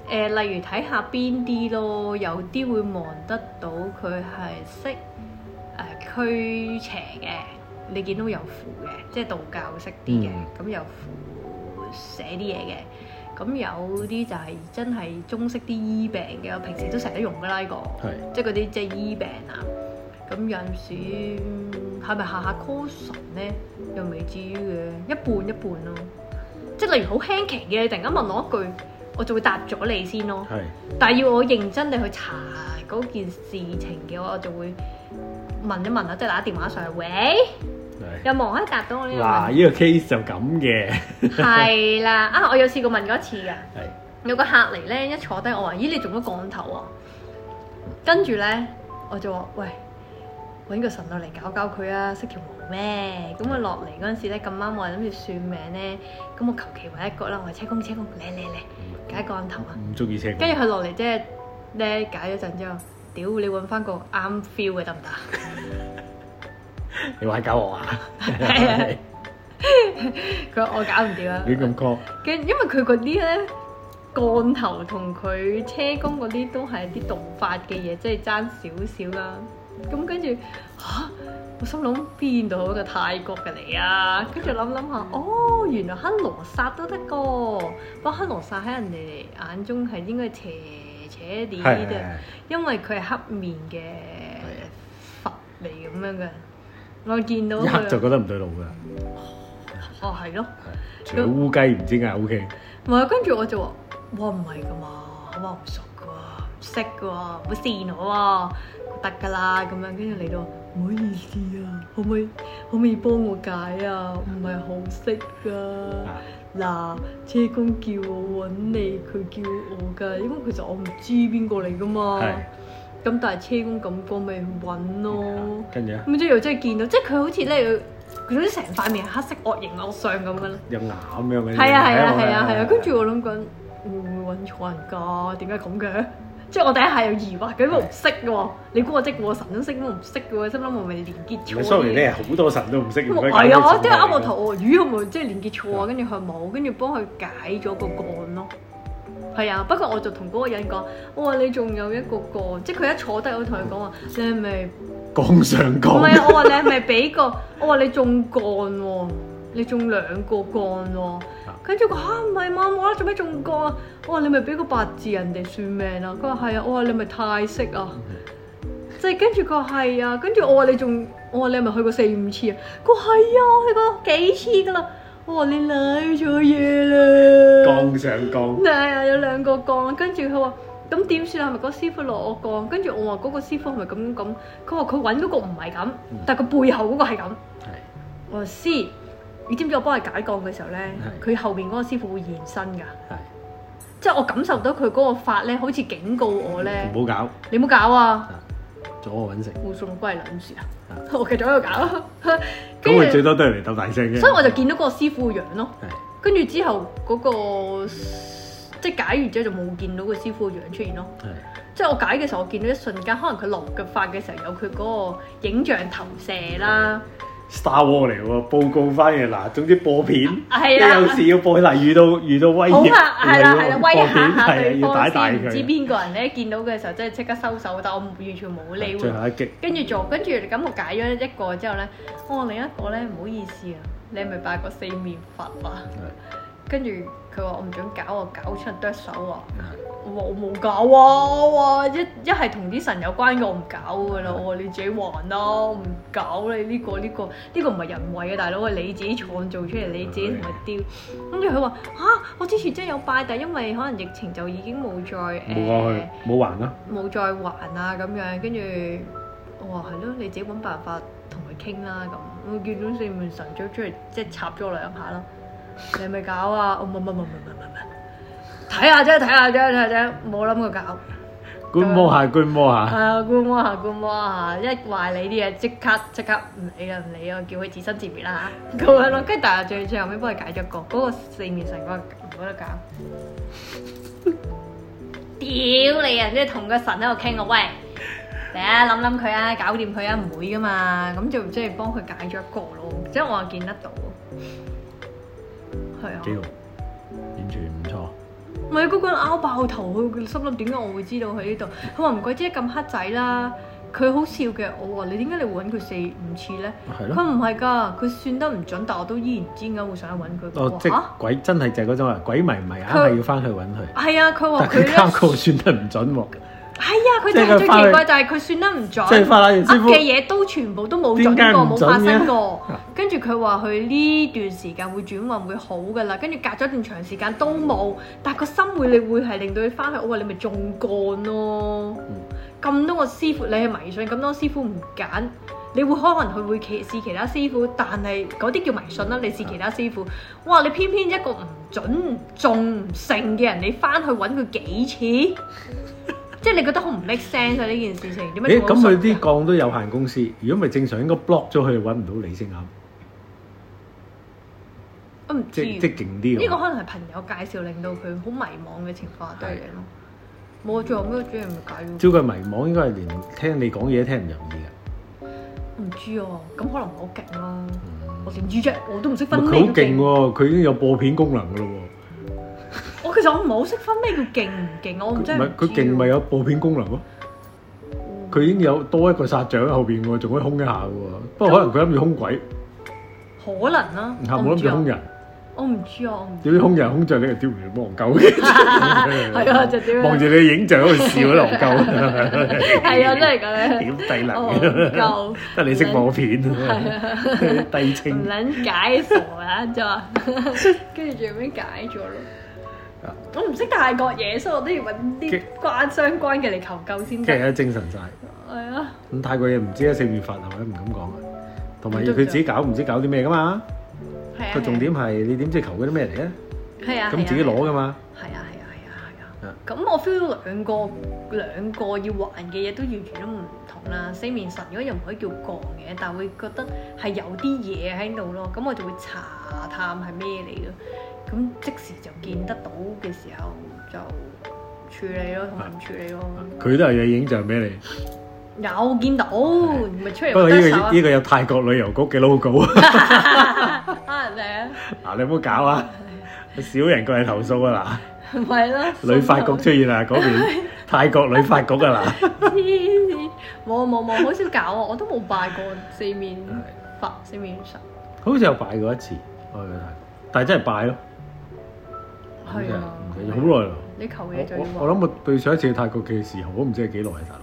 誒、例如睇下邊啲咯，有啲會望得到佢係識誒驅邪嘅，你見到有符嘅，即係道教識啲嘅
嗯，
咁、有符寫啲嘢嘅。咁有啲就係真係中式啲醫病嘅，我平時都成日都用㗎啦呢個，
係
即係嗰啲即係醫病啊。咁有陣時嗯係咪下下 call 神咧？又未至於嘅，一半一半咯。即係例如好輕奇嘅，你突然間問我一句，我就會答咗你先咯。
係
但係要我認真地去查嗰件事情嘅話，我就會問一問啦，即係打電話上去，喂，
係
有冇人可以答到我呢個
嗱，
問題？
呢個 case 就咁嘅
係啦，啊，我有試過問過一次㗎。
係
有個客嚟咧，一坐低我話：咦，你中咗降頭啊？跟住咧，我就話：喂，揾個神落嚟搞搞佢啊，識條毛咩？咁我落嚟嗰陣時咧，咁啱我係諗住算命咧，咁我求其揾一個啦，我話車公車公，嚟嚟嚟，解降頭啊！
唔中意車公
跟住佢落嚟即係咧解咗陣之後，屌你揾翻個啱 feel 嘅得唔得？
你玩搞我啊！
係啊佢話我搞唔掂啊！
[laughs] 亂咁 call
跟因為佢嗰啲咧降頭同佢車工嗰啲都係啲道法嘅嘢，即係爭少少啦。咁跟住吓，我心諗邊度有一個泰國嘅嚟啊？跟住諗諗下，哦，原來黑羅剎都得個，不過黑羅剎喺人哋眼中係應該邪邪啲
係係
嘅，
係
因為佢係黑面嘅
係
佛嚟咁樣嘅。我見到
一刻就
佢，
覺得唔對路㗎。
哦係咯，
除咗烏雞唔知嗌 O K，
唔係跟住我就話：哇唔係噶嘛，我唔熟噶喎，唔識噶喎，唔好跣我喎，得噶啦咁樣。跟住嚟到唔好意思啊，可唔可以可唔可以幫我解啊？唔係好識噶。
啊
嗱，車公叫我揾你，佢叫我㗎，因為其實我唔知邊個嚟㗎嘛。
係
咁但係車公咁講咪揾
啊
咯。
跟住咧
咁即係又真係見到，即係佢好似咧，佢都成塊面係黑色惡形惡相咁嘅啦。
有牙咁樣嘅。
係啊係啊係啊係啊，跟住我諗緊會唔會揾錯人㗎？點解咁嘅？即係我第一下有疑惑，佢我唔識喎。你估我即我神都識，我唔識嘅喎，心諗我咪連結
唔係
啊
錯。
sorry 咧，好多神都唔識。唔該
係啊，我
搞清楚
都啱我頭喎，魚係咪即係連結錯啊？跟住佢冇，跟住幫佢解咗個個案咯。係啊，不過我就同嗰個人講，我話你仲有一個個案，即係佢一坐低，我同佢講話，你係咪
江上
唔係
江
啊？我話你係咪俾個？我話你中幹喎，你中兩個幹喎。跟住佢嚇唔係嘛，我啦做咩中幹啊？我話你咪俾個八字人哋算命啊！佢話係啊，我話你咪太識啊！即係跟住佢話係啊，跟住我話你仲，我話你係咪去過四五次啊？佢話係啊，我去過幾次噶啦。我話你舐咗嘢啦，
江上江，
係啊，有兩個降，跟住佢話咁點算啊？係咪嗰個師傅落我降？跟住我話嗰個師傅係咪咁咁？佢話佢揾嗰個唔係咁，
嗯
但係佢背後嗰個係咁。
係
我話師，你知唔知我幫佢解降嘅時候咧，佢後邊嗰個師傅會現身㗎，
係
即係我感受到佢嗰個法咧，好似警告我咧，
唔好
你唔好搞啊！
搞，阻我揾食。
冇送關你兩事啊
啊！
我繼續喺度搞，
咁佢
跟住，
最多都係嚟鬥大聲嘅。
所以我就見到嗰個師傅嘅樣咯。
係
跟住之後嗰、個即係解完之後就冇見到個師傅嘅樣出現咯。
係
即係我解嘅時候，我見到一瞬間，可能佢落嘅法嘅時候有佢嗰個影像投射啦，
Star War 嚟喎，報告翻嘅嗱，總之播片。
啊
你
係
有
啦。
時要播嗱，遇到遇到威
好
脅， [laughs]
啦，係啦，係啦，威嚇
係
下
啊，
對
要打
方
大
先，唔知
佢。
邊個人咧見到嘅時候，真係即刻收手，但我完全冇理會
最。後一擊，
跟住做，跟住咁我解咗一個之後咧，我、另一個咧唔好意思啊，你係咪拜過四面佛啊？跟住佢話我唔准搞，我搞出人剁手啊！我話我冇搞啊，我話一一係同啲神有關嘅我唔搞噶啦，我話你自己還啦，我唔搞你呢、個呢、個呢、個唔係人為嘅大佬，係你自己創造出嚟，你自己同佢丟。跟住佢話吓，我之前真係有拜，但係因為可能疫情就已經冇再誒。
冇過去，冇還啦。
冇再還啊咁樣，跟住我話係咯，你自己揾辦法同佢傾啦咁。我見到四面神將出嚟，即係插咗我兩下咯。你係咪搞啊？我唔唔唔唔唔唔唔，睇下啫，睇下啫，睇下啫，冇諗過搞。
觀摩下，觀摩下，
係啊，觀摩下，觀摩下，一話你啲嘢即刻即刻唔理啦，唔理啦，叫佢自生自滅啦嚇，咁樣咯。跟住但係最最後尾幫佢解咗個，嗰、個四面神嗰個唔好得搞。屌你啊！即係同個神喺度傾啊，喂，嚟啊諗諗佢啊，搞掂佢啊，唔會噶嘛。咁就即係幫佢解咗一個咯，即係我又見得到。係啊。
幾好，完全唔錯。
唔係嗰個人拗爆頭，佢心諗點解我會知道佢呢度？佢話唔怪之得咁黑仔啦。佢好笑嘅，我話你點解你會揾佢四五次咧？
係
佢
咯。
唔係㗎，佢算得唔準，但我都依然知點解會想去揾佢。
哦
我，
即
話嚇
鬼真係就係嗰種啊，鬼迷唔係硬係要翻去揾佢，
係啊，佢話
但
佢
佢
咧
交告算得唔
[laughs]
準喎，
係啊，佢
即
就
係
係
佢
最
翻去
奇怪就係佢算得唔
即係
準，
法拉利師
噏
傅
嘅嘢都全部都冇準
點解
過，
唔
冇
準
發生
嘅
過。跟住佢話佢呢段時間會轉運會好㗎啦，跟住隔咗一段長時間都冇，但係個心會你會係令到你翻去，我話你咪中幹咯。咁、多個師傅，你係迷信，咁多師傅唔揀，你會可能佢會歧視其他師傅，但係嗰啲叫迷信啦。你試其他師傅，哇！你偏偏一個唔準、唔中、唔成嘅人，你翻去揾佢幾
[laughs]
次，即係你覺得好唔 make sense 啊！呢件事情點解
咦？
仲
咁
好信
佢
㗎
啲降都有限公司，如果唔係正常應該 block 咗佢，揾唔到你先啱，
我唔知
即即勁啲喎。
呢個可能係朋友介紹令到佢好迷茫嘅情況下都係嘢咯。冇啊最後尾個主人咪解咗，
招佢迷惘應該係連聽你講嘢聽唔入耳嘅。
唔知啊，咁可能我好勁咯，
嗯
我點知啫？我都唔識
佢
分咩
好
叫
勁
勁。
喎，佢已經有播片功能嘅咯
我其實我唔係好識分咩叫勁唔勁，我
喎。
真係唔
佢唔係佢勁咪有播片功能咯？佢已經有多一個殺掌喺後邊喎，仲可以空一下嘅喎。不過可能佢諗住空鬼，
可能啦，
嚇
我
冇
唔
諗
知
住
啊
空人。
我唔知啊，我唔知。
屌啲空人空著你個屌你戇鳩嘅，
係啊，就點樣？
望住你影像喺度笑喺度戇鳩，
係啊，真 [laughs] 係咁樣。
屌低
哦
[laughs] 能，
戇鳩，
得你識播片，
係啊，
低
唔
清
撚解傻啊，就話，
[laughs]
跟住最尾解咗咯
啊。
我唔識泰國嘢，所以我都要揾啲
嘅
關相關嘅嚟求救先
其
得。
實精神晒。
係啊，
咁泰國嘢唔知啊，四面佛係咪唔敢講啊？同埋
都
佢自己搞唔知搞啲咩噶嘛？
係啊。
個重點係你點知求嗰啲咩嚟啊？
係啊，係啊
咁自己攞噶嘛？
係啊係啊係啊係啊！
啊
咁我 feel 到兩個兩個要還嘅嘢都完全都唔同啦。四面神嗰個又唔可以叫降嘅，但係會覺得係有啲嘢喺度咯。咁我就會查探係咩嚟咯。咁即時就見得到嘅時候就處理咯，同埋唔處理咯。
佢都係有影像俾你。
有見到，咪出嚟
不過呢
得手
個
啊！ [laughs]
呢個有泰國旅遊局嘅 logo 啊！
啊你啊，
嗱，你唔好搞啊！少人過嚟投訴啊！
唔係咯，
嗱，旅發局出現啦，嗰邊泰國旅發局啊嗱，
黐線 [laughs] 冇冇冇，好少搞啊！我都冇拜過四面佛、四面神。
好似有拜過一次，我去泰國，但係真係拜咯，
係
咁真係
啊，
唔記得好耐啦。
你求嘢就要
我
還，
我我諗我對上一次去泰國嘅時候，我都唔知係幾耐啊，大佬。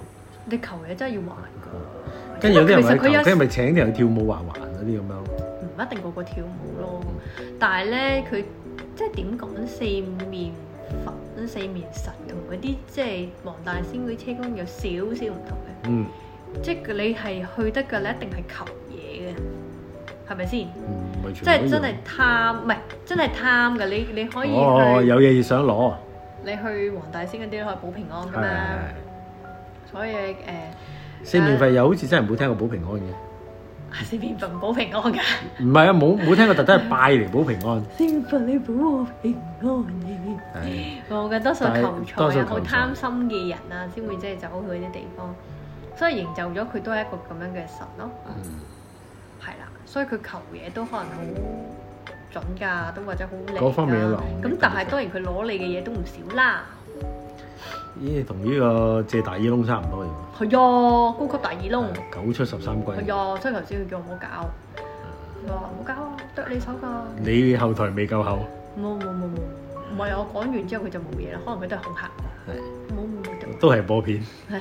你求嘢真係要還㗎。
跟住有啲人
因為其實佢
咪
有
跟住咪請啲人去跳舞還還嗰啲咁樣，
唔一定個個跳舞咯，但係咧佢即係點講呢四面佛、四面神同嗰啲即係黃大仙嗰啲車公有少少唔同嘅，
嗯
即係你係去得嘅，你一定係求嘢嘅，係咪先？
嗯，咪全
即係
部都
真
要
係貪，唔係真係貪嘅。你你可以去，
哦，有嘢要想攞，
你去黃大仙嗰啲都可以保平安㗎
係係係
嘛。所以誒、呃
四面佛又好似真係冇聽過保平安嘅，
四面佛唔保平安㗎。
唔係啊，冇冇聽過特登係拜嚟保平安。
先佛你保我平安
係
我嘅多數求
多
財
數
啊，好
求財
貪心嘅人啊，先會即係走去嗰啲地方，所以營造咗佢都係一個咁樣嘅神咯。
Ừ. 嗯
係啦，所以佢求嘢都可能好準㗎，都或者好靈㗎
嗰方面嘅能力
咁但係當然佢攞你嘅嘢都唔少啦。
咦，同呢個借大耳窿差唔多嘅喎，
係呀，高級大耳窿。
九出十三
係啊
歸。
呀，所以頭先佢叫我唔好搞，佢話唔好搞啊，剁你手㗎。
你後台未夠厚，
冇冇冇冇，唔係我講完之後佢就冇嘢啦，可能佢都係恐嚇我。
係
冇冇冇剁我
都係播片，
唉，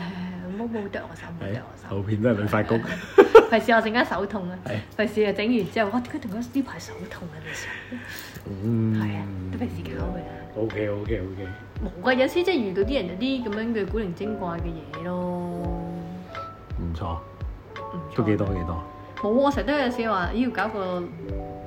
冇冇剁我手，冇
係
剁我手
後，片都係女發局。
費事我陣間手痛啊
係！
費事啊整完之後，哇！點解突然間呢排手痛啊？你想
嗯，
係啊，都費事搞佢啦。
O K O K O K，
冇噶，有時即係遇到啲人有啲咁樣嘅古靈精怪嘅嘢咯，唔
唔錯，
錯
都幾多幾多。
冇，我成日都有時話要搞個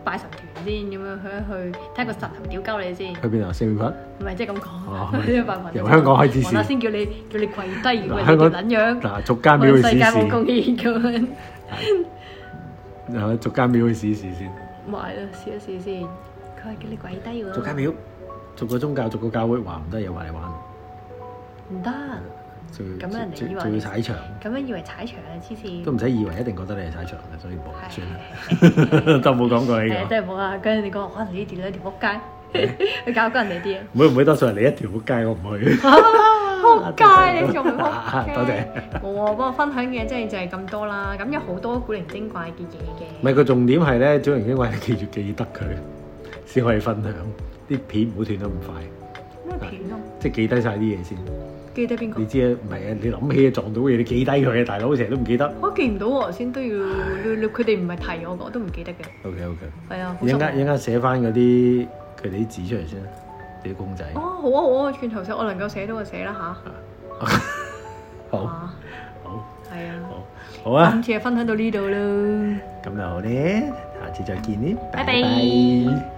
拜神團先咁樣去一去，睇下個神頭屌鳩你先，
去邊啊？四面佛，
唔係即係咁 [laughs]
哦
講，呢個辦法
由香港開始
我頭
試。
先叫你叫你跪低，
嗱
跪
香
你條
港
撚樣，
嗱，逐間廟
為
去
世
試
界冇貢
試，
獻咁樣。 [laughs]
係咪？逐間廟去試試先，
買啦，試一試先。佢話叫你跪低
逐間
喎，
廟，逐個宗教，逐個教會，話唔得嘢話你玩，
唔得，
仲要
咁人哋以為
仲要踩場，
咁樣以為踩場啊，黐線。
都唔使以為一定覺得你係踩場嘅，所以冇
係
算啦，
係
[laughs] 都冇講過
係
呢個。
真係冇啊！跟住你講，可能你啲兩條
[laughs]
仆街，去搞鳩人哋啲嘢。
會唔會多數係你一條仆街，我唔去。
仆街，你仲唔仆街？
[laughs] 多謝
冇啊，不過分享嘅真係就係咁多啦。咁有好多古靈精怪嘅嘢
唔
嘅。
係個重點係咧，小明因為你記住記得佢 [laughs] 先可以分享啲片，唔好斷得咁快，
咩片啊？
即係記低晒啲嘢先。
記得邊個
你？知啊，唔係啊，你諗起啊撞到嘢，你記低佢啊，大佬成日都唔記得。
我記唔到喎，先都要佢哋唔係提我，我都唔記得嘅。
OK OK，
係啊，好
一
失
陣
望
間一陣間寫翻嗰啲佢哋啲字出嚟先啦，啲公仔。
哦，好啊好啊，轉頭寫我能夠寫到就寫啦吓。
好
啊
好
係啊。
好好啊
今，次就分享到呢度啦。
咁就好咧，下次再見咧，
嗯拜拜
拜